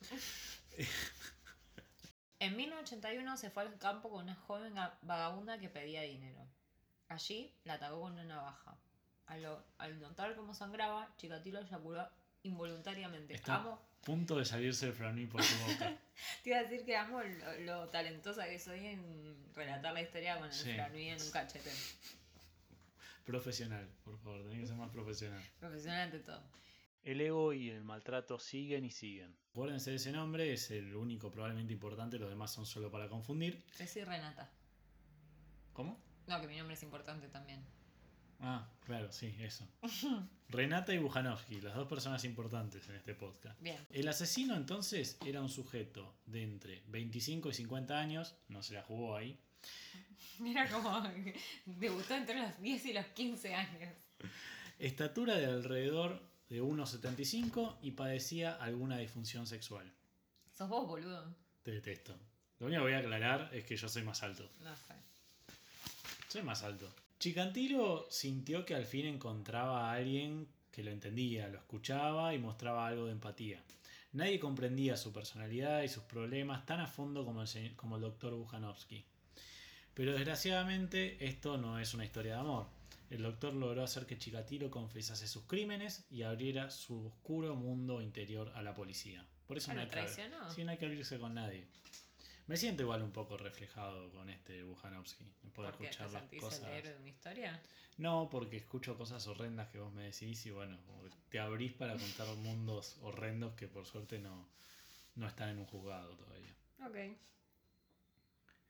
Speaker 4: En 1981 se fue al campo con una joven ga- vagabunda que pedía dinero. Allí la atacó con una navaja. Al, lo- al notar cómo sangraba, Chikatilo eyaculó involuntariamente.
Speaker 3: Está-
Speaker 4: Amo,
Speaker 3: Punto de salirse el Franui por su boca.
Speaker 4: te iba a decir que amo lo, lo talentosa que soy en relatar la historia con el
Speaker 3: Sí.
Speaker 4: franui en un cachete.
Speaker 3: profesional, por favor, tenés que ser más profesional.
Speaker 4: Profesional ante todo.
Speaker 8: El ego y el maltrato siguen y siguen.
Speaker 3: Acuérdense de ese nombre, es el único probablemente importante, los demás son solo para confundir.
Speaker 4: Ceci Renata.
Speaker 3: ¿Cómo?
Speaker 4: No, que mi nombre es importante también.
Speaker 3: Ah, claro, sí, eso. Renata y Bujanowski, las dos personas importantes en este podcast.
Speaker 4: Bien.
Speaker 3: El asesino entonces era un sujeto de entre 25 y 50 años, no se la jugó ahí,
Speaker 4: Mira cómo debutó entre los 10 y los 15 años.
Speaker 3: estatura de alrededor de 1,75 y padecía alguna disfunción sexual.
Speaker 4: Sos vos, boludo.
Speaker 3: Te detesto. Lo único que voy a aclarar es que yo soy más alto.
Speaker 4: No sé.
Speaker 3: Soy más alto. Chicantilo sintió que al fin encontraba a alguien que lo entendía, lo escuchaba y mostraba algo de empatía. Nadie comprendía su personalidad y sus problemas tan a fondo como el, se- como el doctor Bujanowski. Pero desgraciadamente esto no es una historia de amor. El doctor logró hacer que Chikatilo confesase sus crímenes y abriera su oscuro mundo interior a la policía. Por eso
Speaker 4: Ah,
Speaker 3: no hay
Speaker 4: ¿Lo
Speaker 3: que abrir-
Speaker 4: traicionó?
Speaker 3: Sí, no hay que abrirse con nadie. Me siento igual un poco reflejado con este Bujanowski. Puedo
Speaker 4: Porque te
Speaker 3: escuchar las
Speaker 4: sentís
Speaker 3: cosas.
Speaker 4: el héroe de una historia.
Speaker 3: No, porque escucho cosas horrendas que vos me decís y bueno, como que te abrís para contar mundos horrendos que por suerte no, no están en un juzgado todavía.
Speaker 4: Ok.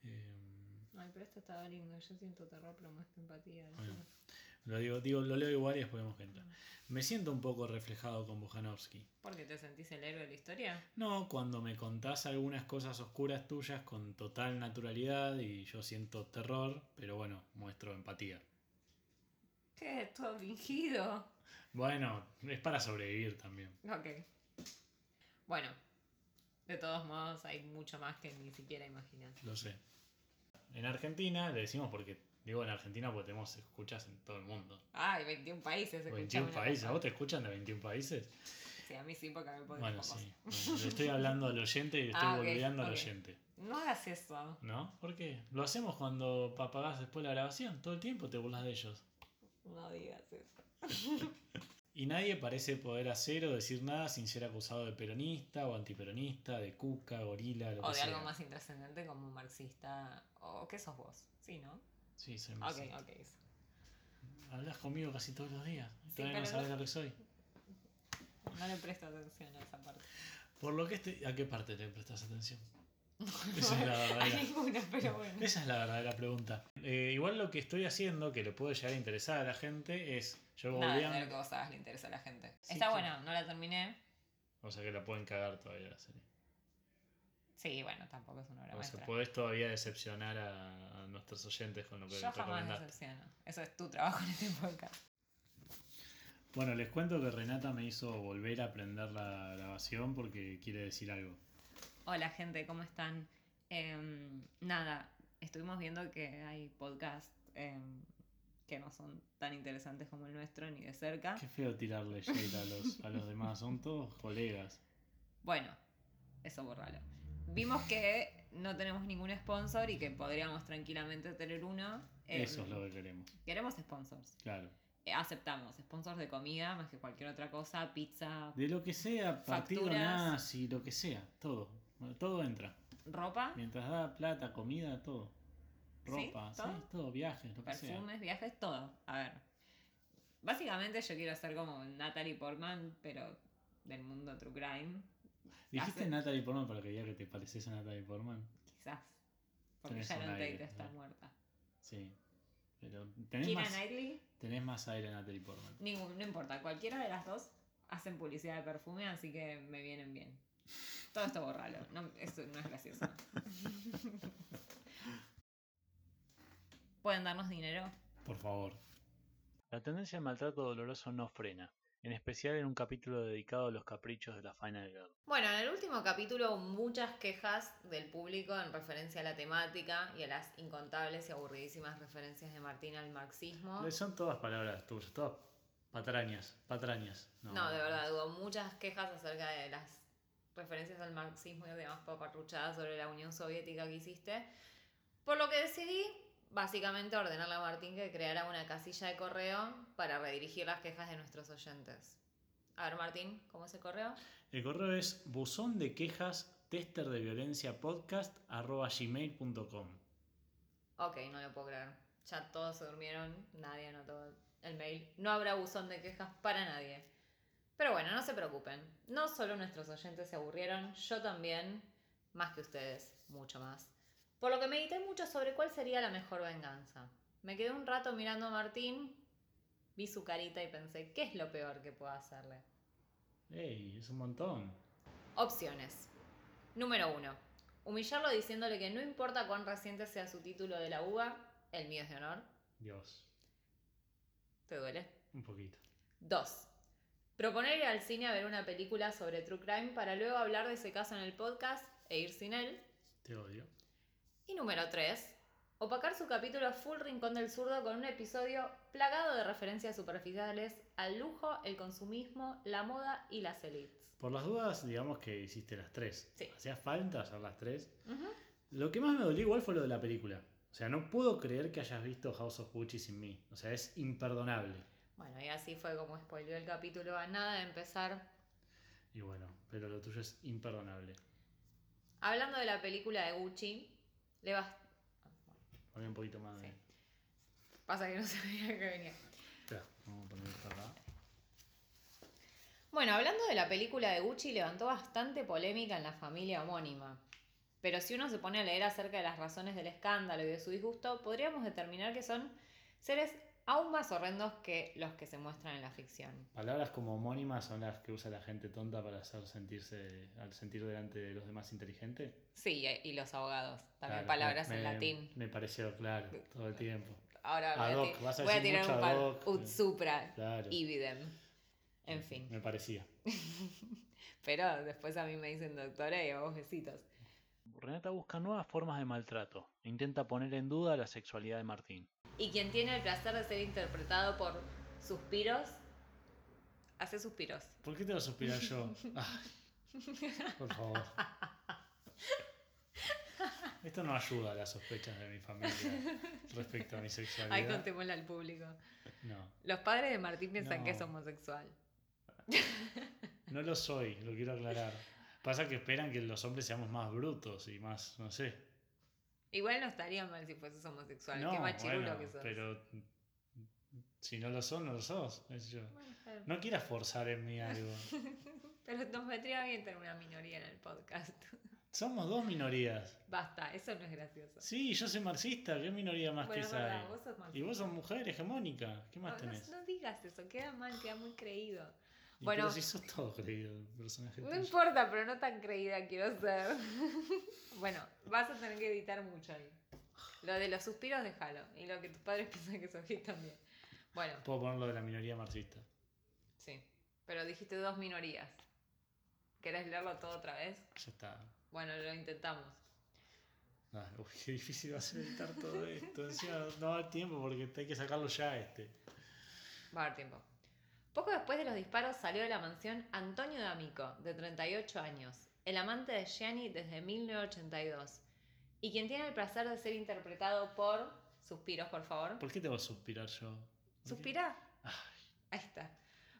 Speaker 3: Eh,
Speaker 4: Ay, pero esto estaba lindo. Yo siento terror, pero más que empatía.
Speaker 3: Bueno. lo, digo, digo, lo leo igual y después vemos que entra. Me siento un poco reflejado con Bujanowski.
Speaker 4: Porque te sentís el héroe de la historia.
Speaker 3: No, cuando me contás algunas cosas oscuras tuyas con total naturalidad y yo siento terror, pero bueno, muestro empatía.
Speaker 4: ¿Qué? Todo fingido.
Speaker 3: Bueno, es para sobrevivir también.
Speaker 4: Ok. Bueno. De todos modos, hay mucho más que ni siquiera imaginas.
Speaker 3: Lo sé. En Argentina, le decimos porque, digo en Argentina porque tenemos escuchas en todo el mundo.
Speaker 4: Ay, 21 países. escuchame
Speaker 3: 21
Speaker 4: una
Speaker 3: países,
Speaker 4: cosa.
Speaker 3: ¿a vos te escuchan de 21 países?
Speaker 4: Sí, a mí sí, porque me ponen
Speaker 3: Bueno,
Speaker 4: pocos.
Speaker 3: sí. Bueno, le estoy hablando al oyente y le estoy
Speaker 4: Ah, ok,
Speaker 3: volviendo al
Speaker 4: ok.
Speaker 3: oyente.
Speaker 4: No hagas eso.
Speaker 3: ¿No? ¿Por qué? Lo hacemos cuando apagás después la grabación. Todo el tiempo te burlas de ellos.
Speaker 4: No digas eso.
Speaker 3: Y nadie parece poder hacer o decir nada sin ser acusado de peronista o antiperonista, de cuca, gorila, lo
Speaker 4: O
Speaker 3: que
Speaker 4: de
Speaker 3: sea.
Speaker 4: algo más intrascendente como un marxista. ¿O qué sos vos? Sí, ¿no?
Speaker 3: Sí, soy
Speaker 4: Ok,
Speaker 3: marxista.
Speaker 4: ok. eso.
Speaker 3: Hablas conmigo casi todos los días.
Speaker 4: Sí,
Speaker 3: Todavía no
Speaker 4: pero
Speaker 3: sabes
Speaker 4: no-
Speaker 3: lo que soy.
Speaker 4: No le presto atención a esa parte.
Speaker 3: Por lo que este... ¿A qué parte le prestas atención? Esa es la
Speaker 4: a
Speaker 3: verdadera.
Speaker 4: ninguna, pero bueno.
Speaker 3: Esa es la verdadera pregunta. Eh, igual lo que estoy haciendo, que le puede llegar a interesar a la gente, es. Yo
Speaker 4: Nada,
Speaker 3: volví a-
Speaker 4: de lo que vos hagas le interesa a la gente.
Speaker 3: Sí,
Speaker 4: Está
Speaker 3: sí.
Speaker 4: buena, no la terminé.
Speaker 3: O sea que la pueden cagar todavía la serie.
Speaker 4: Sí, bueno, tampoco es una obra
Speaker 3: O sea,
Speaker 4: maestra.
Speaker 3: podés todavía decepcionar a, a nuestros oyentes con lo que
Speaker 4: Yo
Speaker 3: les
Speaker 4: jamás
Speaker 3: recomendaste.
Speaker 4: decepciono. Eso es tu trabajo en este podcast.
Speaker 3: Bueno, les cuento que Renata me hizo volver a prender la grabación porque quiere decir algo.
Speaker 4: Hola gente, ¿cómo están? Em, nada, estuvimos viendo que hay podcast em,
Speaker 2: que no son tan interesantes como el nuestro, ni de cerca.
Speaker 4: Ah.
Speaker 3: Qué feo tirarle shade a los, a los demás, son todos colegas.
Speaker 2: Bueno, eso borralo. Vimos que no tenemos ningún sponsor y que podríamos tranquilamente tener uno. Eh,
Speaker 3: Eso es lo que queremos,
Speaker 2: Queremos sponsors.
Speaker 3: claro.
Speaker 2: Eh, aceptamos sponsors de comida más que cualquier otra cosa, pizza,
Speaker 3: De lo que sea, partido
Speaker 2: Facturas.
Speaker 3: nazi, lo que sea, todo. Bueno, Todo entra.
Speaker 4: Ah.
Speaker 2: ropa,
Speaker 3: Mientras da plata, comida, todo.
Speaker 2: ¿Sí?
Speaker 3: Ropa, ¿sí?
Speaker 2: ¿Todo?
Speaker 3: todo, viajes, lo que sea.
Speaker 2: perfumes, viajes, todo. A ver. Básicamente yo quiero ser como Natalie Portman, pero del mundo true crime,
Speaker 3: ¿Dijiste
Speaker 2: Hace-
Speaker 3: Natalie Portman para que diga que te pareces a Natalie Portman?
Speaker 2: quizás. Porque
Speaker 3: Tenés
Speaker 2: Sharon
Speaker 3: un aire,
Speaker 2: Tate está
Speaker 3: ¿no?
Speaker 2: muerta.
Speaker 3: Sí. Pero tenés
Speaker 2: Kira
Speaker 3: más,
Speaker 2: Knightley,
Speaker 3: tenés más aire a Natalie Portman.
Speaker 2: ningún, no importa. Cualquiera de las dos hacen publicidad de perfume, así que me vienen bien. Todo esto borralo. No, eso no es gracioso. ¿Pueden darnos dinero?
Speaker 3: Por favor.
Speaker 5: La tendencia al maltrato doloroso no frena, en especial en un capítulo dedicado a los caprichos de la Final Girl.
Speaker 4: Bueno, en el último capítulo hubo muchas quejas del público en referencia a la temática y a las incontables y aburridísimas referencias de Martín al marxismo.
Speaker 6: Son todas palabras tuyas, todas patrañas, patrañas.
Speaker 4: No, de verdad, hubo muchas quejas acerca de las referencias al marxismo y demás paparruchadas sobre la Unión Soviética que hiciste. Por lo que decidí, básicamente, ordenarle a Martín que creara una casilla de correo para redirigir las quejas de nuestros oyentes. A ver, Martín, ¿cómo es el correo?
Speaker 3: El correo es buzón de quejas tester de violencia podcast arroba gmail.com.
Speaker 4: Ok, no lo puedo creer. Ya todos se durmieron, nadie anotó el mail. No habrá buzón de quejas para nadie. Pero bueno, no se preocupen. No solo nuestros oyentes se aburrieron, yo también, más que ustedes, mucho más. Por lo que medité mucho sobre cuál sería la mejor venganza. Me quedé un rato mirando a Martín, vi su carita y pensé, ¿qué es lo peor que puedo hacerle?
Speaker 3: ¡Ey! Es un montón.
Speaker 4: Opciones. Número 1. Humillarlo diciéndole que no importa cuán reciente sea su título de la UBA, el mío es de honor.
Speaker 3: Dios.
Speaker 4: ¿Te duele?
Speaker 3: Un poquito.
Speaker 4: 2. Proponer ir al cine a ver una película sobre True Crime para luego hablar de ese caso en el podcast e ir sin él.
Speaker 3: Te odio.
Speaker 4: Y número 3. Opacar su capítulo Full Rincón del Zurdo con un episodio plagado de referencias superficiales al lujo, el consumismo, la moda y las elites.
Speaker 3: Por las dudas, digamos que hiciste las tres.
Speaker 4: Sí.
Speaker 3: Hacía falta hacer las tres.
Speaker 4: Ujú.
Speaker 3: Lo que más me dolió igual fue lo de la película. O sea, no puedo creer que hayas visto House of Gucci sin mí. O sea, es imperdonable.
Speaker 4: Bueno, y así fue como spoileó el capítulo a nada de empezar.
Speaker 3: Y bueno, pero lo tuyo es imperdonable.
Speaker 4: Hablando de la película de Gucci, le bas-
Speaker 3: Poné un poquito más de.
Speaker 4: Sí. Pasa que no sabía que venía.
Speaker 3: Espera, vamos a poner esto acá.
Speaker 4: Bueno, hablando de la película de Gucci, levantó bastante polémica en la familia homónima. Pero si uno se pone a leer acerca de las razones del escándalo y de su disgusto, podríamos determinar que son seres aún más horrendos que los que se muestran en la ficción.
Speaker 3: Palabras como homónimas son las que usa la gente tonta para hacer sentirse, al sentir delante de los demás inteligente.
Speaker 4: Sí, y los abogados, también
Speaker 3: Claro,
Speaker 4: palabras
Speaker 3: me-
Speaker 4: en
Speaker 3: me-
Speaker 4: latín.
Speaker 3: Me pareció claro, todo el tiempo.
Speaker 4: Ahora voy a,
Speaker 3: ad hoc,
Speaker 4: ti-
Speaker 3: vas a
Speaker 4: voy a
Speaker 3: decir
Speaker 4: tirar
Speaker 3: mucho
Speaker 4: un
Speaker 3: ad
Speaker 4: par.
Speaker 3: hoc.
Speaker 4: Ut supra,
Speaker 3: Claro.
Speaker 4: ibidem. En fin.
Speaker 3: Me parecía.
Speaker 4: Pero después a mí me dicen doctora y a vos besitos.
Speaker 5: Renata busca nuevas formas de maltrato e intenta poner en duda la sexualidad de Martín.
Speaker 4: y quien tiene el placer de ser interpretado por suspiros, hace suspiros.
Speaker 3: ¿Por qué te vas a suspirar yo? Ay, por favor. Esto no ayuda a las sospechas de mi familia respecto a mi sexualidad.
Speaker 4: Ahí contémosle al público.
Speaker 3: No,
Speaker 4: Los padres de Martín piensan
Speaker 3: No.
Speaker 4: que es homosexual.
Speaker 3: no lo soy, lo quiero aclarar. Pasa que esperan que los hombres seamos más brutos y más, no sé.
Speaker 4: Igual no estaría mal si fueses homosexual.
Speaker 3: No,
Speaker 4: Qué machirulo
Speaker 3: bueno,
Speaker 4: que sos.
Speaker 3: pero si no lo son, no lo sos. es yo.
Speaker 4: Bueno, está bien.
Speaker 3: No quieras forzar en mí algo.
Speaker 4: Pero nos vendría bien tener una minoría en el podcast.
Speaker 3: Somos dos minorías.
Speaker 4: Basta, eso no es gracioso.
Speaker 3: Sí, yo soy marxista, ¿qué minoría más
Speaker 4: bueno,
Speaker 3: que
Speaker 4: es
Speaker 3: esa
Speaker 4: verdad,
Speaker 3: hay?
Speaker 4: vos sos marxista.
Speaker 3: Y vos sos mujer hegemónica, ¿qué más
Speaker 4: No, no,
Speaker 3: tenés?
Speaker 4: no digas eso, queda mal, queda muy creído.
Speaker 3: Y
Speaker 4: bueno.
Speaker 3: Pero si sos todo creído, el personaje.
Speaker 4: No
Speaker 3: tuyo.
Speaker 4: importa, pero no tan creída quiero ser. bueno, vas a tener que editar mucho ahí. Lo de los suspiros, déjalo. Y lo que tus padres piensan que sos gay también. Bueno,
Speaker 3: Puedo ponerlo de la minoría marxista.
Speaker 4: sí. Pero dijiste dos minorías. ¿Querés leerlo todo otra vez?
Speaker 3: Ya está.
Speaker 4: Bueno, lo intentamos.
Speaker 3: Ah, uy, qué difícil va a ser editar todo esto. Encima no da tiempo porque hay que sacarlo ya este.
Speaker 9: Va a haber tiempo.
Speaker 4: Poco después de los disparos salió de la mansión Antonio D'Amico, de 38 años, el amante de Gianni desde 1982, y quien tiene el placer de ser interpretado por... Suspiros, por favor.
Speaker 3: ¿Por qué te voy a suspirar yo? ¿Por qué?
Speaker 4: Suspirá.
Speaker 3: Ay,
Speaker 4: Ahí está.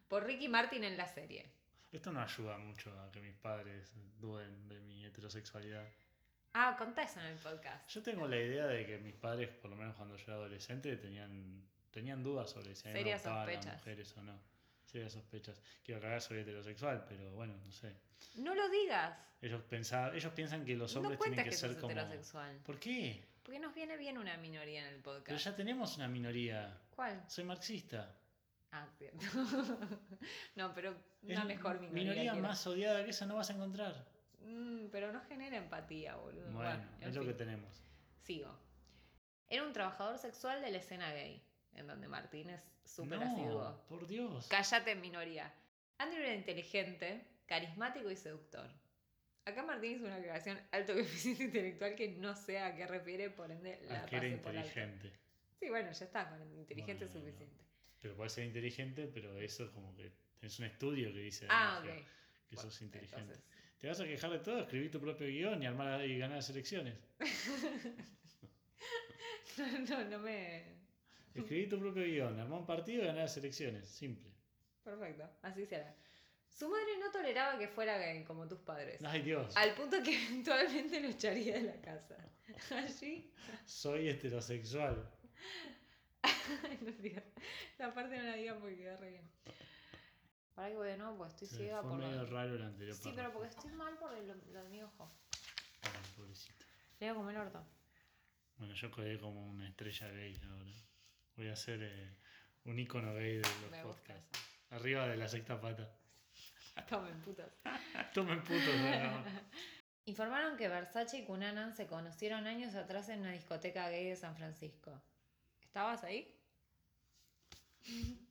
Speaker 4: Por Ricky Martin en la serie.
Speaker 3: esto no ayuda mucho a que mis padres duden de mi heterosexualidad.
Speaker 4: Ah, contá eso en el podcast.
Speaker 3: Yo tengo la idea de que mis padres, por lo menos cuando yo era adolescente, tenían, tenían dudas sobre si a mí me
Speaker 4: Serias
Speaker 3: gustaban las
Speaker 4: sospechas.
Speaker 3: mujeres o no. Serias sospechas. Quiero aclarar, soy heterosexual, pero bueno, no sé.
Speaker 4: No lo digas.
Speaker 3: Ellos, pensa- ellos piensan que los
Speaker 4: No
Speaker 3: hombres tienen
Speaker 4: cuentas
Speaker 3: que
Speaker 4: que
Speaker 3: ser
Speaker 4: sos
Speaker 3: como...
Speaker 4: heterosexual.
Speaker 3: ¿Por qué?
Speaker 4: Porque nos viene bien una minoría en el
Speaker 3: Pero
Speaker 4: podcast.
Speaker 3: ya tenemos una minoría.
Speaker 4: ¿Cuál?
Speaker 3: Soy marxista.
Speaker 4: Ah, cierto. no, pero una
Speaker 3: Es
Speaker 4: mejor minoría.
Speaker 3: Minoría
Speaker 4: quiero.
Speaker 3: más odiada que esa no vas a encontrar.
Speaker 4: Mm, pero no genera empatía, boludo.
Speaker 3: Bueno,
Speaker 4: en
Speaker 3: es lo
Speaker 4: fin.
Speaker 3: que tenemos.
Speaker 4: Sigo. Era un trabajador sexual de la escena gay, en donde Martín es súper asiduo.
Speaker 3: no, por Dios.
Speaker 4: Cállate, minoría. Andrew era inteligente, carismático y seductor. Acá Martín hizo una creación alto coeficiente intelectual que no sé a qué refiere, por ende la
Speaker 3: Ah, que era
Speaker 4: pasé por alto.
Speaker 3: inteligente.
Speaker 4: Sí, bueno, ya está, con inteligente es
Speaker 3: Bueno, no.
Speaker 4: suficiente.
Speaker 3: Pero puede ser inteligente, pero eso es como que es un estudio que dice
Speaker 4: Ah,
Speaker 3: que-
Speaker 4: ok.
Speaker 3: que
Speaker 4: Bueno,
Speaker 3: sos inteligente.
Speaker 4: entonces,
Speaker 3: Te vas a quejar de todo, escribí tu propio guión y armar y ganar las elecciones.
Speaker 4: no, no, no me...
Speaker 3: Escribí tu propio guión, armá un partido y ganar las elecciones. Simple.
Speaker 4: Perfecto, así será. Su madre no toleraba que fuera gay, como tus padres.
Speaker 3: Ay Dios,
Speaker 4: Al punto que eventualmente lo echaría de la casa. Allí,
Speaker 3: soy heterosexual.
Speaker 4: ay, no digas. La parte no la diga porque queda re bien. Para que voy de nuevo, porque estoy
Speaker 3: Se me
Speaker 4: ciega
Speaker 3: fue
Speaker 4: por.
Speaker 3: medio
Speaker 4: lo-
Speaker 3: raro el anterior.
Speaker 4: Sí, pero
Speaker 3: párrafo.
Speaker 4: porque estoy mal por lo, lo de mi ojo.
Speaker 3: Ay, pobrecito.
Speaker 4: Leo como el orto.
Speaker 3: Bueno, yo quedé como una estrella gay ahora. Voy a ser eh, un icono gay de los
Speaker 4: Me gusta
Speaker 3: podcasts. Arriba de la sexta pata.
Speaker 4: Tomen, putas.
Speaker 3: Tomen putos. ¿no?
Speaker 4: Informaron que Versace y Cunanan se conocieron años atrás en una discoteca gay de San Francisco. ¿Estabas ahí?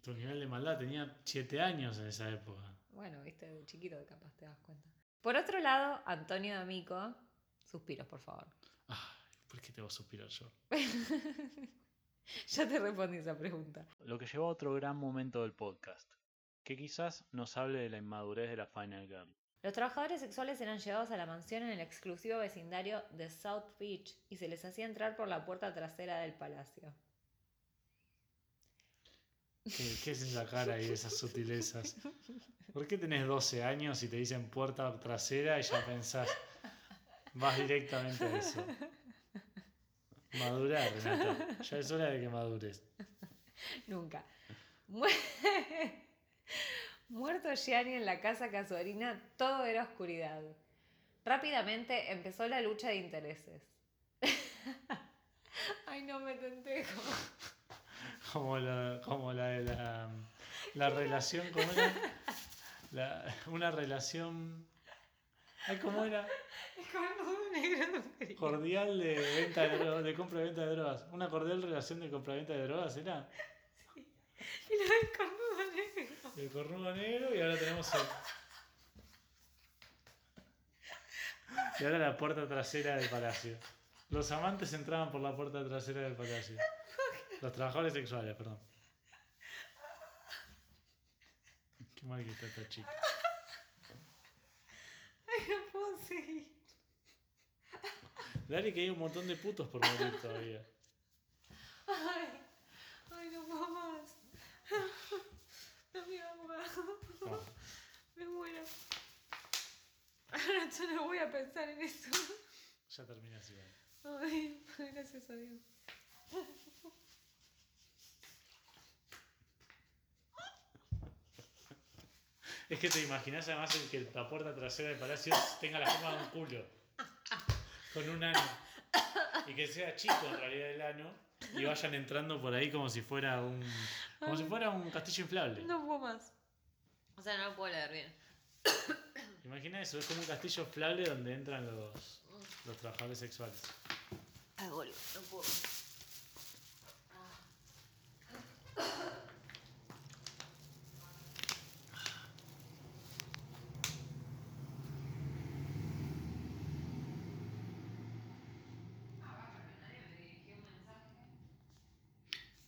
Speaker 3: Tu nivel de maldad tenía 7 años en esa época.
Speaker 4: Bueno, viste, de chiquito capaz te das cuenta. Por otro lado, Antonio D'Amico. Suspiros, por favor.
Speaker 3: Ay, ¿Por qué te voy a suspirar yo?
Speaker 4: ya te respondí esa pregunta.
Speaker 5: Lo que llevó a otro gran momento del podcast, que quizás nos hable de la inmadurez de la Final Girl.
Speaker 4: Los trabajadores sexuales eran llevados a la mansión en el exclusivo vecindario de South Beach y se les hacía entrar por la puerta trasera del palacio.
Speaker 3: ¿Qué, qué es esa cara y esas sutilezas? ¿Por qué tenés 12 años y te dicen puerta trasera y ya pensás, vas directamente a eso? Madurar, Renata. Ya es hora de que madures.
Speaker 4: Nunca. Mu- Muerto Gianni en la casa casuarina, todo era oscuridad. Rápidamente empezó la lucha de intereses. Ay, no me tenté. como-
Speaker 3: Como la, como la de la, la relación, ¿cómo era? La- una relación. Ay, ¿cómo era?
Speaker 4: como todo negro, no quería.
Speaker 3: Cordial de venta de, dro- de compra y venta de drogas. Una cordial relación de compra y venta de drogas, ¿era?
Speaker 4: Y lo del cornudo negro.
Speaker 3: El cornudo negro y ahora tenemos el... Y ahora la puerta trasera del palacio. Los amantes entraban por la puerta trasera del palacio. Los trabajadores sexuales, perdón. Qué mal que está esta chica.
Speaker 4: Ay, no puedo seguir.
Speaker 3: Dale que hay un montón de putos por morir todavía.
Speaker 4: Ay, ay, no puedo más. No me hago más.
Speaker 3: No.
Speaker 4: Me muero. Ahora yo no voy a pensar en eso.
Speaker 3: Ya termina así. ¿vale?
Speaker 4: Ay, gracias a Dios.
Speaker 3: Es que te imaginas además el que la puerta trasera del palacio tenga la forma de un culo. Con un ano. Y que sea chico en realidad el ano. Y vayan entrando por ahí como si fuera un. como si fuera un castillo inflable.
Speaker 4: No puedo más. O sea, no lo puedo leer bien.
Speaker 3: Imagina eso, es como un castillo inflable donde entran los, los trabajadores sexuales.
Speaker 4: Ay, boludo, no puedo.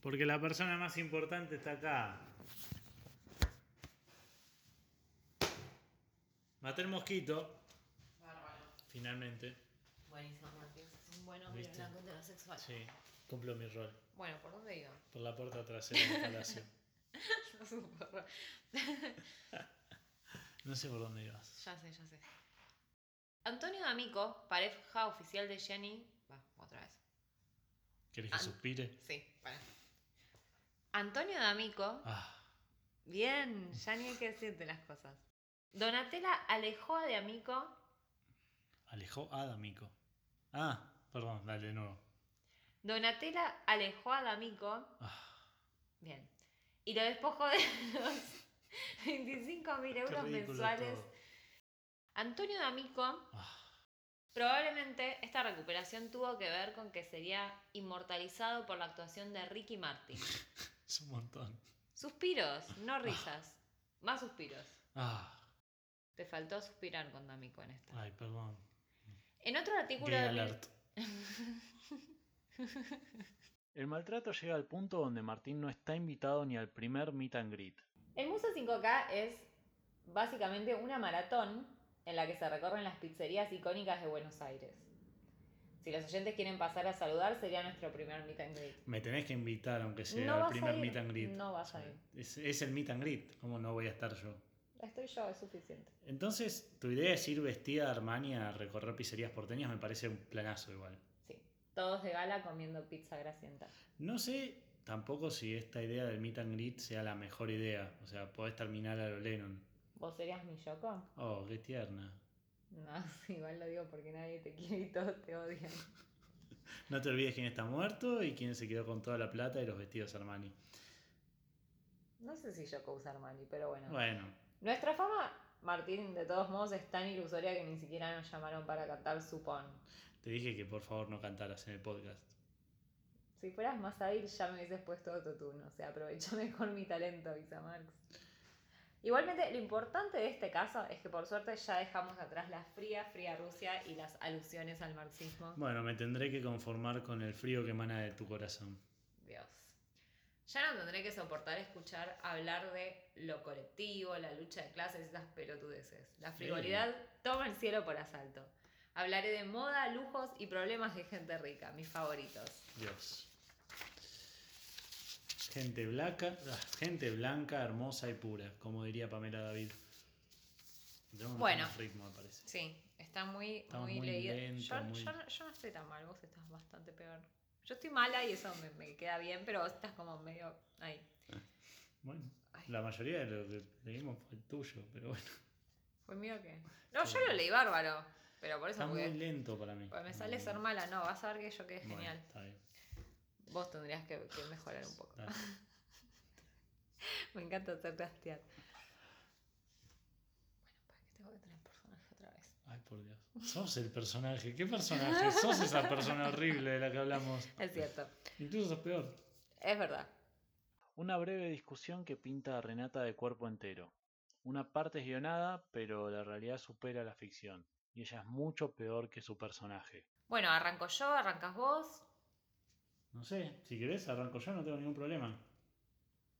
Speaker 3: Porque la persona más importante está acá. Maté el mosquito,
Speaker 10: Bárbaro.
Speaker 3: finalmente.
Speaker 10: Buenísimo, Martín. Bueno,
Speaker 3: ¿Viste?
Speaker 10: pero no heterosexual.
Speaker 3: Sí, cumplo mi rol.
Speaker 4: Bueno, ¿por dónde iba?
Speaker 3: Por la puerta trasera del palacio. No sé por dónde ibas.
Speaker 4: Ya sé, ya sé. Antonio D'Amico, pareja oficial de Jenny. Va, otra vez.
Speaker 3: ¿Querés que
Speaker 4: Ah.
Speaker 3: suspire?
Speaker 4: Sí, para. Antonio D'Amico.
Speaker 3: Ah,
Speaker 4: Bien, ya ni hay que decirte las cosas. Donatella Alejoa de Amico.
Speaker 3: alejó a D'Amico. Ah, perdón, dale de nuevo.
Speaker 4: Donatella Alejoa de Amico.
Speaker 3: Ah,
Speaker 4: Bien. Y lo despojo de los 25.000
Speaker 3: qué ridículo
Speaker 4: euros mensuales.
Speaker 3: todo.
Speaker 4: Antonio D'Amico
Speaker 3: Ah,
Speaker 4: Probablemente esta recuperación tuvo que ver con que sería inmortalizado por la actuación de Ricky Martin.
Speaker 3: es un montón.
Speaker 4: Suspiros, no risas. Más suspiros.
Speaker 3: Ah,
Speaker 4: Te faltó suspirar con D'Amico en esta.
Speaker 3: ay, perdón.
Speaker 4: En otro artículo
Speaker 3: Gay
Speaker 4: de-
Speaker 3: alert.
Speaker 5: El maltrato llega al punto donde Martín no está invitado ni al primer meet and greet.
Speaker 4: El Muso 5K es básicamente una maratón en la que se recorren las pizzerías icónicas de Buenos Aires. Si los oyentes quieren pasar a saludar, sería nuestro primer meet and greet.
Speaker 3: Me tenés que invitar, aunque sea
Speaker 4: No
Speaker 3: el
Speaker 4: vas a
Speaker 3: primer
Speaker 4: ir,
Speaker 3: meet and greet.
Speaker 4: no vas a ir.
Speaker 3: Es, es el meet and greet, ¿cómo no voy a estar yo?
Speaker 4: Estoy yo, es suficiente.
Speaker 3: Entonces, tu idea es ir vestida de Armani a recorrer pizzerías porteñas, me parece un planazo igual.
Speaker 4: Sí. Todos de gala comiendo pizza grasienta.
Speaker 3: No sé tampoco si esta idea del meet and greet sea la mejor idea. O sea, podés terminar a lo Lennon.
Speaker 4: ¿Vos serías mi Yoko?
Speaker 3: Oh, qué tierna.
Speaker 4: No, igual lo digo porque nadie te quiere y todos te odian.
Speaker 3: No te olvides quién está muerto y quién se quedó con toda la plata y los vestidos Armani.
Speaker 4: No sé si Yoko usa Armani, pero bueno.
Speaker 3: Bueno,
Speaker 4: Nuestra fama, Martín, de todos modos es tan ilusoria que ni siquiera nos llamaron para cantar Supón.
Speaker 3: te dije que por favor no cantaras en el podcast.
Speaker 4: Si fueras más hábil ya me hubieses puesto autotune, o sea, aprovecha mejor mi talento, Isa Marx. Igualmente, lo importante de este caso es que por suerte ya dejamos atrás la fría, fría Rusia y las alusiones al marxismo.
Speaker 3: Bueno, me tendré que conformar con el frío que emana de tu corazón.
Speaker 4: Dios. Ya no tendré que soportar escuchar hablar de lo colectivo, la lucha de clases, esas pelotudeces. La frivolidad toma el cielo por asalto. Hablaré de moda, lujos y problemas de gente rica, mis favoritos.
Speaker 3: Dios. Gente blanca, ah, gente blanca, hermosa y pura, como diría Pamela David. Tenemos que
Speaker 4: Bueno.
Speaker 3: tomar ritmo, me parece.
Speaker 4: Sí, está muy,
Speaker 3: Está muy
Speaker 4: leída.
Speaker 3: lento,
Speaker 4: yo,
Speaker 3: muy-
Speaker 4: yo no- yo no estoy tan mal, vos estás bastante peor. Yo estoy mala y eso me, me queda bien, pero vos estás como medio ahí.
Speaker 3: Bueno,
Speaker 4: Ay.
Speaker 3: la mayoría de lo que leímos fue el tuyo, pero bueno.
Speaker 4: ¿Fue mío que No,
Speaker 3: Sí.
Speaker 4: yo lo leí bárbaro, pero por eso
Speaker 3: Está muy
Speaker 4: porque,
Speaker 3: lento para mí.
Speaker 4: porque me sale ser mala, no, vas a ver que yo quedé
Speaker 3: Bueno,
Speaker 4: genial.
Speaker 3: está bien.
Speaker 4: Vos tendrías que, que mejorar un poco.
Speaker 3: Dale.
Speaker 4: Me encanta hacerte hastiar. Bueno, ¿para qué tengo que tener personaje otra vez?
Speaker 3: Ay, por Dios. Sos el personaje. ¿Qué personaje? Sos esa persona horrible de la que hablamos.
Speaker 4: Es cierto,
Speaker 3: Incluso sos peor.
Speaker 4: es verdad.
Speaker 5: Una breve discusión que pinta a Renata de cuerpo entero. Una parte es guionada, pero la realidad supera la ficción, y ella es mucho peor que su personaje.
Speaker 4: Bueno, arranco yo, arrancas vos.
Speaker 3: No sé, si querés arranco yo, no tengo ningún problema.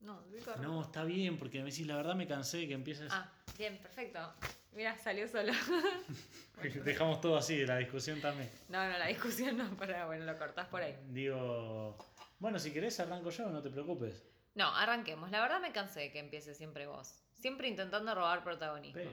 Speaker 4: No, Rico.
Speaker 3: No, está bien, porque me decís, la verdad me cansé de que empieces.
Speaker 4: Ah, bien, perfecto. Mira, salió solo.
Speaker 3: Dejamos todo así, la discusión también.
Speaker 4: No, no, la discusión no, para, bueno, lo cortás por ahí.
Speaker 3: Digo, bueno, si querés arranco yo, no te preocupes.
Speaker 4: No, arranquemos. La verdad me cansé de que empiece siempre vos. Siempre intentando robar protagonismo.
Speaker 3: Pero,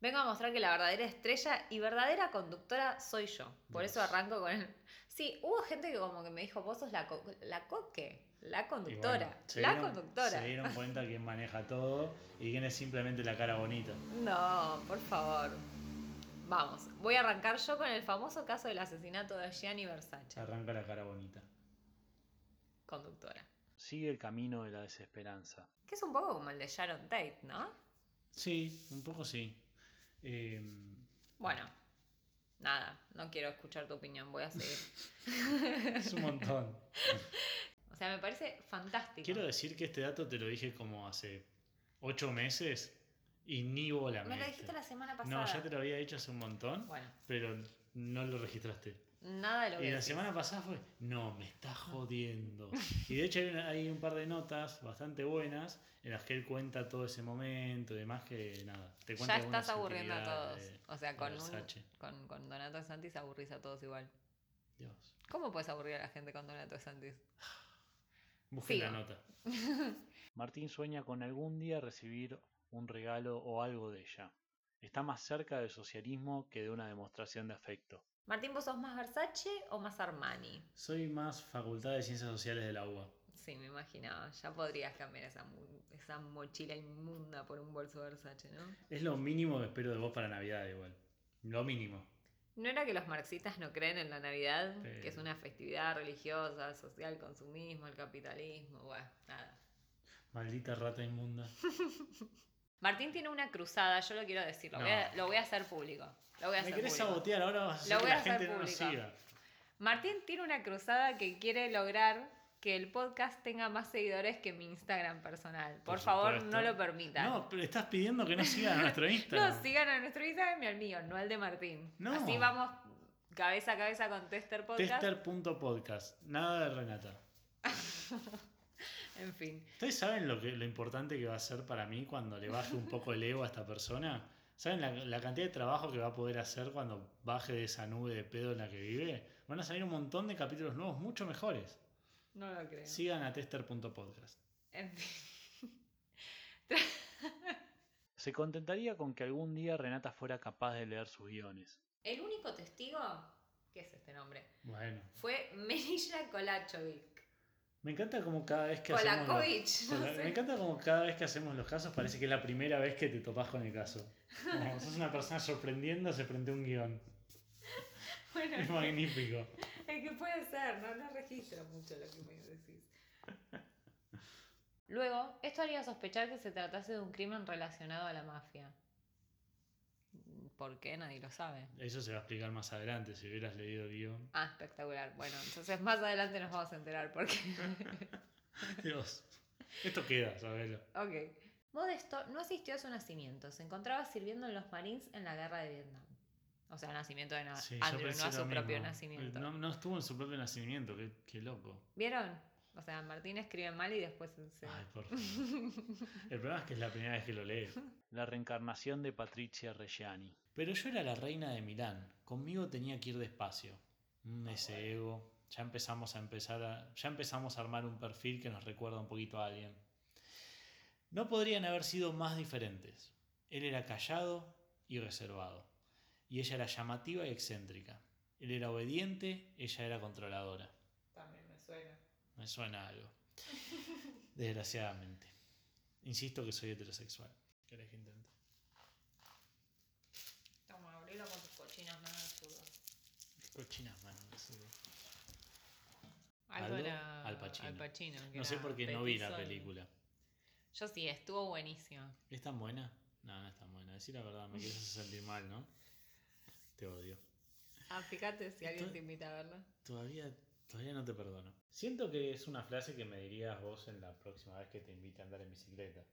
Speaker 4: Vengo a mostrar que la verdadera estrella y verdadera conductora soy yo. Por
Speaker 3: Dios.
Speaker 4: eso arranco con el... Sí, hubo gente que como que me dijo, vos sos la, co- la coque, la
Speaker 3: y bueno,
Speaker 4: conductora,
Speaker 3: se
Speaker 4: la
Speaker 3: dieron-
Speaker 4: conductora.
Speaker 3: Se dieron cuenta quién maneja todo y quién es simplemente la cara bonita.
Speaker 4: No, por favor. Vamos, voy a arrancar yo con el famoso caso del asesinato de Gianni Versace,
Speaker 3: Arranca la cara bonita.
Speaker 4: conductora.
Speaker 5: Sigue el camino de la desesperanza.
Speaker 4: Que es un poco como el de Sharon Tate, ¿no?
Speaker 3: Sí, un poco sí. Eh,
Speaker 4: Bueno, nada, no quiero escuchar tu opinión, voy a seguir.
Speaker 3: es un montón.
Speaker 4: O sea, me parece fantástico.
Speaker 3: Quiero decir que este dato te lo dije como hace ocho meses y ni bola.
Speaker 4: Me lo
Speaker 3: diste.
Speaker 4: dijiste la semana pasada.
Speaker 3: No, ya te lo había dicho hace un montón,
Speaker 4: Bueno,
Speaker 3: pero no lo registraste.
Speaker 7: Nada de lo que
Speaker 3: Y la
Speaker 7: decís.
Speaker 3: semana pasada fue, no, me
Speaker 4: Ah.
Speaker 3: está jodiendo. Y de hecho hay, una- hay un par de notas bastante buenas en las que él cuenta todo ese momento y demás que nada. Te cuenta
Speaker 4: Ya
Speaker 3: algunas
Speaker 4: estás aburriendo a todos.
Speaker 3: utilidades.
Speaker 4: O sea, con, un-
Speaker 3: Versace.
Speaker 4: con, con Donato Santis aburrís a todos igual.
Speaker 3: Dios.
Speaker 4: ¿Cómo puedes aburrir a la gente con Donato Santis?
Speaker 3: Busquen la
Speaker 4: Sigo.
Speaker 3: nota.
Speaker 5: Martín sueña con algún día recibir un regalo o algo de ella. Está más cerca del socialismo que de una demostración de afecto.
Speaker 7: Martín, ¿vos sos más Versace o más Armani?
Speaker 3: Soy más Facultad de Ciencias Sociales de la UBA.
Speaker 4: Sí, me imaginaba. Ya podrías cambiar esa, mu- esa mochila inmunda por un bolso Versace, ¿no?
Speaker 3: Es lo mínimo que espero de vos para Navidad igual. Lo mínimo.
Speaker 4: ¿No era que los marxistas no creen en la Navidad?
Speaker 3: Sí.
Speaker 4: Que es una festividad religiosa, social, consumismo, el capitalismo, bueno, nada.
Speaker 3: Maldita rata inmunda.
Speaker 7: Martín tiene una cruzada, yo lo quiero decir, lo, voy, a,
Speaker 3: No.
Speaker 7: lo voy a hacer público. Lo voy a
Speaker 3: Me
Speaker 7: hacer
Speaker 3: querés
Speaker 7: público.
Speaker 3: sabotear, ahora vas a hacer
Speaker 4: Lo
Speaker 3: que
Speaker 4: voy
Speaker 3: la
Speaker 4: a hacer
Speaker 3: gente no nos
Speaker 4: público.
Speaker 3: siga.
Speaker 4: Martín tiene una cruzada que quiere lograr que el podcast tenga más seguidores que mi Instagram personal. Por,
Speaker 3: Por
Speaker 4: favor,
Speaker 3: supuesto.
Speaker 4: no lo permitan.
Speaker 3: No, pero estás pidiendo que no sigan a nuestro Instagram.
Speaker 4: No, sigan a nuestro Instagram y al mío, no al de Martín.
Speaker 3: No.
Speaker 4: Así vamos cabeza a cabeza con Tester Podcast.
Speaker 3: Tester.podcast. Nada de Renata.
Speaker 4: En fin.
Speaker 3: ¿Ustedes saben lo, que, lo importante que va a ser para mí cuando le baje un poco el ego a esta persona? ¿Saben la, la cantidad de trabajo que va a poder hacer cuando baje de esa nube de pedo en la que vive? Van a salir un montón de capítulos nuevos, mucho mejores.
Speaker 4: No lo creo.
Speaker 3: Sigan a tester.podcast.
Speaker 4: En fin.
Speaker 5: Se contentaría con que algún día Renata fuera capaz de leer sus guiones.
Speaker 7: El único testigo, ¿qué es este nombre?
Speaker 3: Bueno,
Speaker 7: Fue Melilla Kolachovic.
Speaker 3: me encanta como cada vez que hacemos... los-
Speaker 7: Kolakovic, no
Speaker 3: Me
Speaker 7: sé.
Speaker 3: encanta como cada vez que hacemos los casos parece que es la primera vez que te topás con el caso. Como sos una persona sorprendiéndose frente a un guión.
Speaker 7: Bueno,
Speaker 3: Es magnífico.
Speaker 7: es que puede ser, no, no registro mucho lo que me decís. Luego, esto haría sospechar que se tratase de un crimen relacionado a la mafia.
Speaker 4: ¿Por qué? Nadie lo sabe.
Speaker 3: Eso se va a explicar más adelante si hubieras leído el guión.
Speaker 4: Ah, espectacular. Bueno, entonces más adelante nos vamos a enterar por qué.
Speaker 3: Dios. Esto queda, sabelo.
Speaker 4: ok.
Speaker 7: Modesto no asistió a su nacimiento, se encontraba sirviendo en los Marines en la guerra de Vietnam.
Speaker 4: O sea, nacimiento de nada.
Speaker 3: Sí, yo
Speaker 4: Andrew,
Speaker 3: pensé
Speaker 4: Ah, no a su
Speaker 3: lo
Speaker 4: propio
Speaker 3: mismo.
Speaker 4: nacimiento.
Speaker 3: No, no estuvo en su propio nacimiento, qué, qué loco.
Speaker 4: ¿Vieron? O sea, Martín escribe mal y después se...
Speaker 3: Ay, por favor. El problema es que es la primera vez que lo leo.
Speaker 5: La reencarnación de Patricia Reggiani.
Speaker 3: Pero yo era la reina de Milán. Conmigo tenía que ir despacio. Mm, ese ego. Ya empezamos a empezar a, ya empezamos a armar un perfil que nos recuerda un poquito a alguien. No podrían haber sido más diferentes. Él era callado y reservado. Y ella era llamativa y excéntrica. Él era obediente, ella era controladora.
Speaker 4: También me suena.
Speaker 3: Me suena a algo. Desgraciadamente. Insisto que soy heterosexual. ¿Querés que intente?
Speaker 7: Toma, abrilo con tus cochinas manos
Speaker 3: Cochinas manos. boludo.
Speaker 4: Algo
Speaker 3: Aldo
Speaker 4: era
Speaker 3: Al Pacino.
Speaker 4: Al Pacino, que
Speaker 3: No sé
Speaker 4: era
Speaker 3: por qué no vi la
Speaker 4: petizón.
Speaker 3: película.
Speaker 4: Yo sí, estuvo buenísimo.
Speaker 3: ¿Es tan buena? No, no es tan buena. Decir la verdad, me quieres hacer sentir mal, ¿no? Te odio.
Speaker 4: Ah, fíjate si alguien
Speaker 3: Esto-
Speaker 4: te invita a verla.
Speaker 3: Todavía, todavía no te perdono. Siento que es una frase que me dirías vos en la próxima vez que te invite a andar en bicicleta.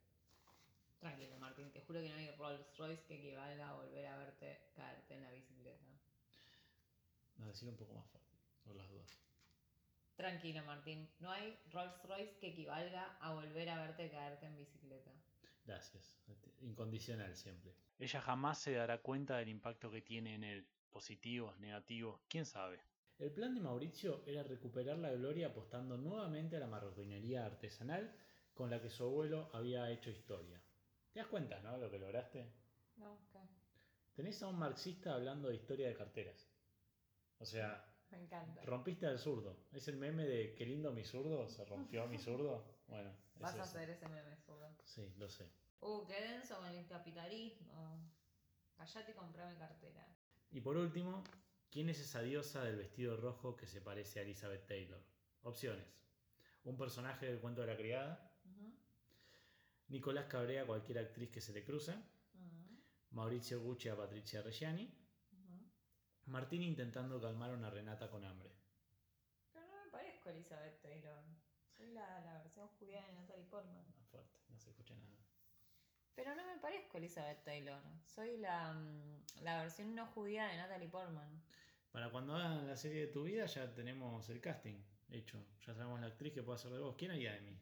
Speaker 7: Tranquilo, Martín, te juro que no hay Rolls Royce que equivalga a volver a verte caerte en la bicicleta.
Speaker 3: No, decir un poco más fuerte, por las dudas.
Speaker 7: Tranquilo, Martín, no hay Rolls Royce que equivalga a volver a verte caerte en bicicleta.
Speaker 3: Gracias. Incondicional siempre.
Speaker 5: Ella jamás se dará cuenta del impacto que tiene en él. Positivos, negativos, quién sabe.
Speaker 3: El plan de Mauricio era recuperar la gloria apostando nuevamente a la marroquinería artesanal con la que su abuelo había hecho historia. ¿Te das cuenta, no? Lo que lograste.
Speaker 4: No, ok.
Speaker 3: Tenés a un marxista hablando de historia de carteras. O sea,
Speaker 4: Me encanta.
Speaker 3: rompiste al zurdo. Es el meme de qué lindo mi zurdo, se rompió mi zurdo. Bueno, es
Speaker 4: Vas a
Speaker 3: eso.
Speaker 4: hacer ese meme, Sudo.
Speaker 3: Sí, lo sé.
Speaker 7: Uh, qué denso con el capitalismo. Callate y comprame cartera.
Speaker 3: Y por último, ¿quién es esa diosa del vestido rojo que se parece a Elizabeth Taylor? Opciones. Un personaje del cuento de la criada. Nicolás Cabrera, cualquier actriz que se le cruza. Mauricio Gucci a Patricia Reggiani. Martín intentando calmar a una Renata con hambre.
Speaker 7: Pero no me parezco a Elizabeth Taylor. Soy la, la versión judía de Natalie Portman.
Speaker 3: Más Ah, fuerte, no se escucha nada.
Speaker 7: Pero no me parezco a Elizabeth Taylor. Soy la, mm, la versión no judía de Natalie Portman.
Speaker 3: Para cuando hagan la serie de tu vida ya tenemos el casting hecho. Ya sabemos la actriz que puede hacer de vos. ¿Quién haría de mí?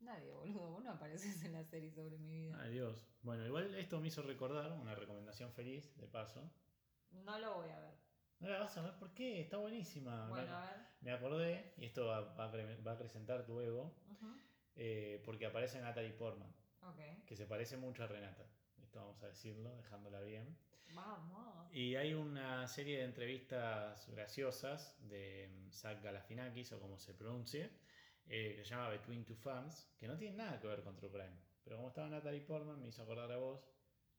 Speaker 4: Nadie, boludo. Vos no apareces en la serie sobre mi vida.
Speaker 3: Ay Dios. Bueno, igual esto me hizo recordar una recomendación feliz, de paso.
Speaker 4: No lo voy a ver.
Speaker 3: No la vas a ver, ¿por qué? Está buenísima.
Speaker 4: Bueno,
Speaker 3: Me-
Speaker 4: a ver.
Speaker 3: Me acordé, y esto va, va a acre- va a acrecentar tu ego,
Speaker 4: Ujú.
Speaker 3: eh, porque aparece Natalie Portman,
Speaker 4: Ok.
Speaker 3: que se parece mucho a Renata. Esto vamos a decirlo, dejándola bien.
Speaker 4: Vamos.
Speaker 3: Y hay una serie de entrevistas graciosas de mm, Zach Galafinakis, o como se pronuncie, eh, que se llama Between Two Fans, que no tiene nada que ver con True Crime. Pero como estaba Natalie Portman, me hizo acordar a vos.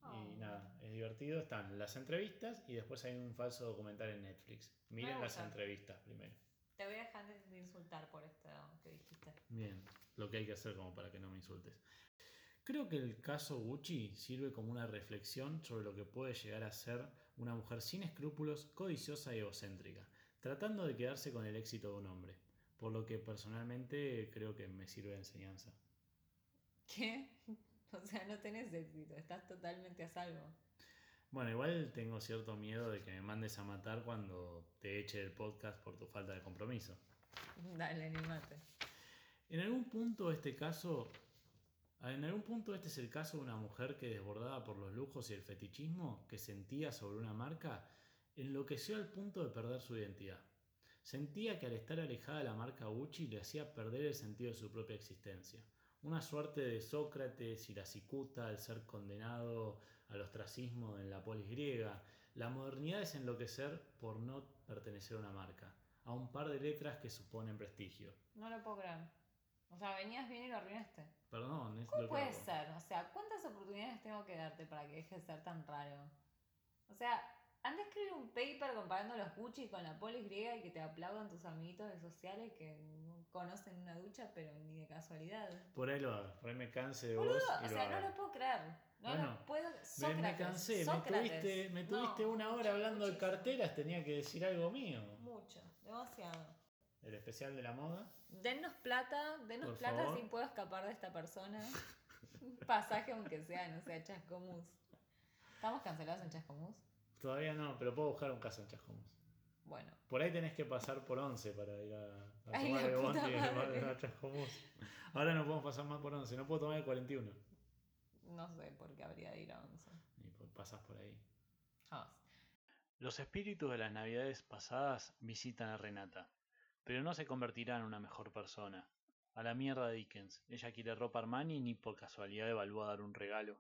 Speaker 3: Y
Speaker 4: Oh.
Speaker 3: nada, es divertido. Están las entrevistas y después hay un falso documental en Netflix. Miren las
Speaker 4: gusta.
Speaker 3: entrevistas primero.
Speaker 4: Te voy a dejar de insultar por esto que dijiste.
Speaker 3: Bien, lo que hay que hacer como para que no me insultes. Creo que el caso Gucci sirve como una reflexión sobre lo que puede llegar a ser una mujer sin escrúpulos, codiciosa y egocéntrica, tratando de quedarse con el éxito de un hombre, por lo que personalmente creo que me sirve de enseñanza.
Speaker 4: ¿Qué? O sea, no tenés éxito. Estás totalmente a salvo.
Speaker 3: Bueno, igual tengo cierto miedo de que me mandes a matar cuando te eche del podcast por tu falta de compromiso.
Speaker 4: Dale, animate.
Speaker 3: En algún punto este caso, en algún punto este es el caso de una mujer que desbordada por los lujos y el fetichismo que sentía sobre una marca, enloqueció al punto de perder su identidad. Sentía que al estar alejada de la marca Gucci le hacía perder el sentido de su propia existencia. Una suerte de Sócrates y la cicuta al ser condenado al ostracismo en la polis griega. La modernidad es enloquecer por no pertenecer a una marca, a un par de letras que suponen prestigio.
Speaker 4: No lo puedo creer. O sea, venías bien y lo arruinaste.
Speaker 3: Perdón, es
Speaker 4: ¿Cómo
Speaker 3: lo que
Speaker 4: puede
Speaker 3: hago.
Speaker 4: ser? O sea, ¿cuántas oportunidades tengo que darte para que dejes de ser tan raro? O sea, anda a escribir un paper comparando los Gucci con la polis griega y que te aplaudan tus amiguitos de sociales que no conocen una ducha, pero ni de casualidad.
Speaker 3: Por ahí lo hago, por ahí me canse de
Speaker 4: Boludo,
Speaker 3: vos y
Speaker 4: o
Speaker 3: lo
Speaker 4: sea, no
Speaker 3: hago.
Speaker 4: lo puedo creer. No
Speaker 3: Bueno,
Speaker 4: lo puedo.
Speaker 3: Me-
Speaker 4: Sócrates.
Speaker 3: me cansé,
Speaker 4: Sócrates.
Speaker 3: me tuviste, me tuviste
Speaker 4: No,
Speaker 3: una hora hablando de
Speaker 4: muchísimo.
Speaker 3: carteras, tenía que decir algo mío.
Speaker 4: Mucho, demasiado.
Speaker 3: El especial de la moda.
Speaker 4: Dennos plata, dennos
Speaker 3: Por
Speaker 4: plata
Speaker 3: favor.
Speaker 4: si puedo escapar de esta persona. Un Pasaje aunque sea, no sea Chascomús. ¿Estamos cancelados en Chascomús?
Speaker 3: Todavía no, pero puedo buscar un caso en Chascomús.
Speaker 4: Bueno,
Speaker 3: Por ahí tenés que pasar por 11 para ir a, a
Speaker 4: Ay,
Speaker 3: tomar
Speaker 4: la
Speaker 3: el
Speaker 4: puta
Speaker 3: bondi de
Speaker 4: madre.
Speaker 3: Mar- a Chascomús. Ahora no podemos pasar más por 11, no puedo tomar el 41.
Speaker 4: no sé por qué habría de ir a 11.
Speaker 3: Y pues pasás por ahí.
Speaker 4: Jamás.
Speaker 5: Los espíritus de las navidades pasadas visitan a Renata, pero no se convertirá en una mejor persona. A la mierda Dickens, ella quiere ropa Armani y ni por casualidad evalúa dar un regalo.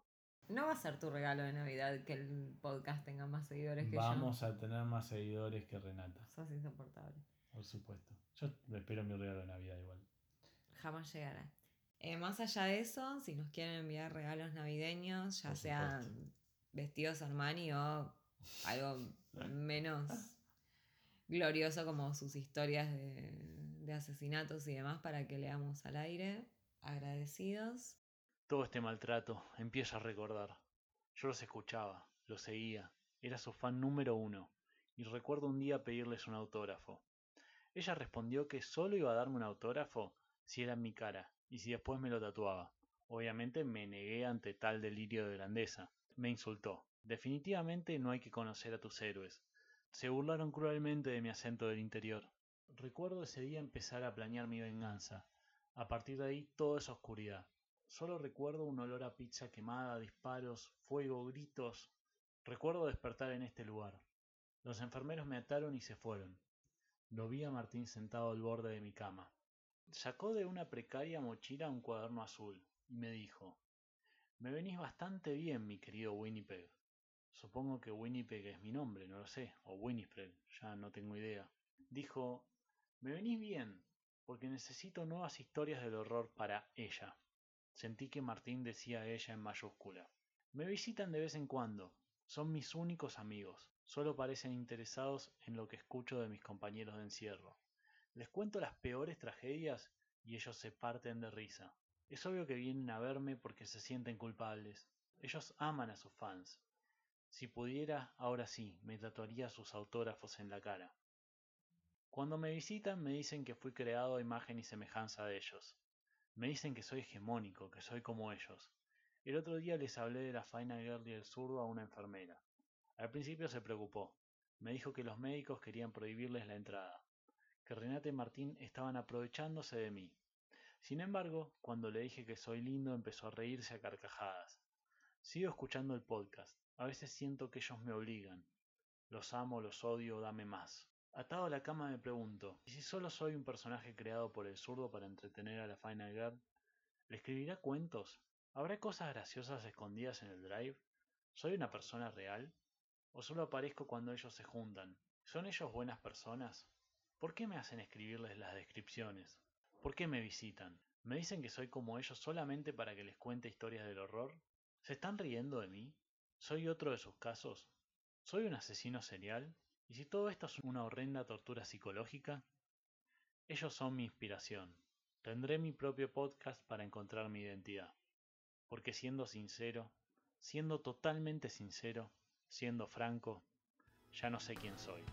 Speaker 4: No va a ser tu regalo de Navidad que el podcast tenga más seguidores que
Speaker 3: a tener más seguidores que Renata,
Speaker 4: yo. Sos insoportable.
Speaker 3: por supuesto. Yo espero mi regalo de Navidad igual.
Speaker 4: Jamás llegará. Eh, más allá de eso, si nos quieren enviar regalos navideños, ya
Speaker 3: Por
Speaker 4: sean vestidos Armani o algo menos glorioso como sus historias de, de asesinatos y demás para que leamos al aire, agradecidos.
Speaker 5: Todo este maltrato empiezo a recordar. Yo los escuchaba, los seguía, era su fan número uno, y recuerdo un día pedirles un autógrafo. Ella respondió que solo iba a darme un autógrafo si era en mi cara y si después me lo tatuaba. Obviamente me negué ante tal delirio de grandeza. Me insultó. Definitivamente no hay que conocer a tus héroes. Se burlaron cruelmente de mi acento del interior. Recuerdo ese día empezar a planear mi venganza. A partir de ahí todo es oscuridad. Solo recuerdo un olor a pizza quemada, disparos, fuego, gritos. Recuerdo despertar en este lugar. Los enfermeros me ataron y se fueron. Lo vi a Martín sentado al borde de mi cama. Sacó de una precaria mochila un cuaderno azul y me dijo Me venís bastante bien, mi querido Winnipeg. Supongo que Winnipeg es mi nombre, no lo sé, o Winifred, ya no tengo idea. Dijo Me venís bien, porque necesito nuevas historias del horror para ella. Sentí que Martín decía ella en mayúscula. Me visitan de vez en cuando. Son mis únicos amigos. Solo parecen interesados en lo que escucho de mis compañeros de encierro. Les cuento las peores tragedias y ellos se parten de risa. Es obvio que vienen a verme porque se sienten culpables. Ellos aman a sus fans. Si pudiera, ahora sí, me tatuaría sus autógrafos en la cara. Cuando me visitan me dicen que fui creado a imagen y semejanza de ellos. Me dicen que soy hegemónico, que soy como ellos. El otro día les hablé de la faena girl y el zurdo a una enfermera. Al principio se preocupó. Me dijo que los médicos querían prohibirles la entrada, que Renata y Martín estaban aprovechándose de mí. Sin embargo, cuando le dije que soy lindo empezó a reírse a carcajadas. Sigo escuchando el podcast. A veces siento que ellos me obligan. Los amo, los odio, dame más. Atado a la cama me pregunto, ¿y si solo soy un personaje creado por el zurdo para entretener a la Final Girl? ¿Le escribirá cuentos? ¿Habrá cosas graciosas escondidas en el drive? ¿Soy una persona real? ¿O solo aparezco cuando ellos se juntan? ¿Son ellos buenas personas? ¿Por qué me hacen escribirles las descripciones? ¿Por qué me visitan? ¿Me dicen que soy como ellos solamente para que les cuente historias del horror? ¿Se están riendo de mí? ¿Soy otro de sus casos? ¿Soy un asesino serial? ¿Y si todo esto es una horrenda tortura psicológica? Ellos son mi inspiración. Tendré mi propio podcast para encontrar mi identidad. Porque siendo sincero, siendo totalmente sincero, siendo franco, ya no sé quién soy.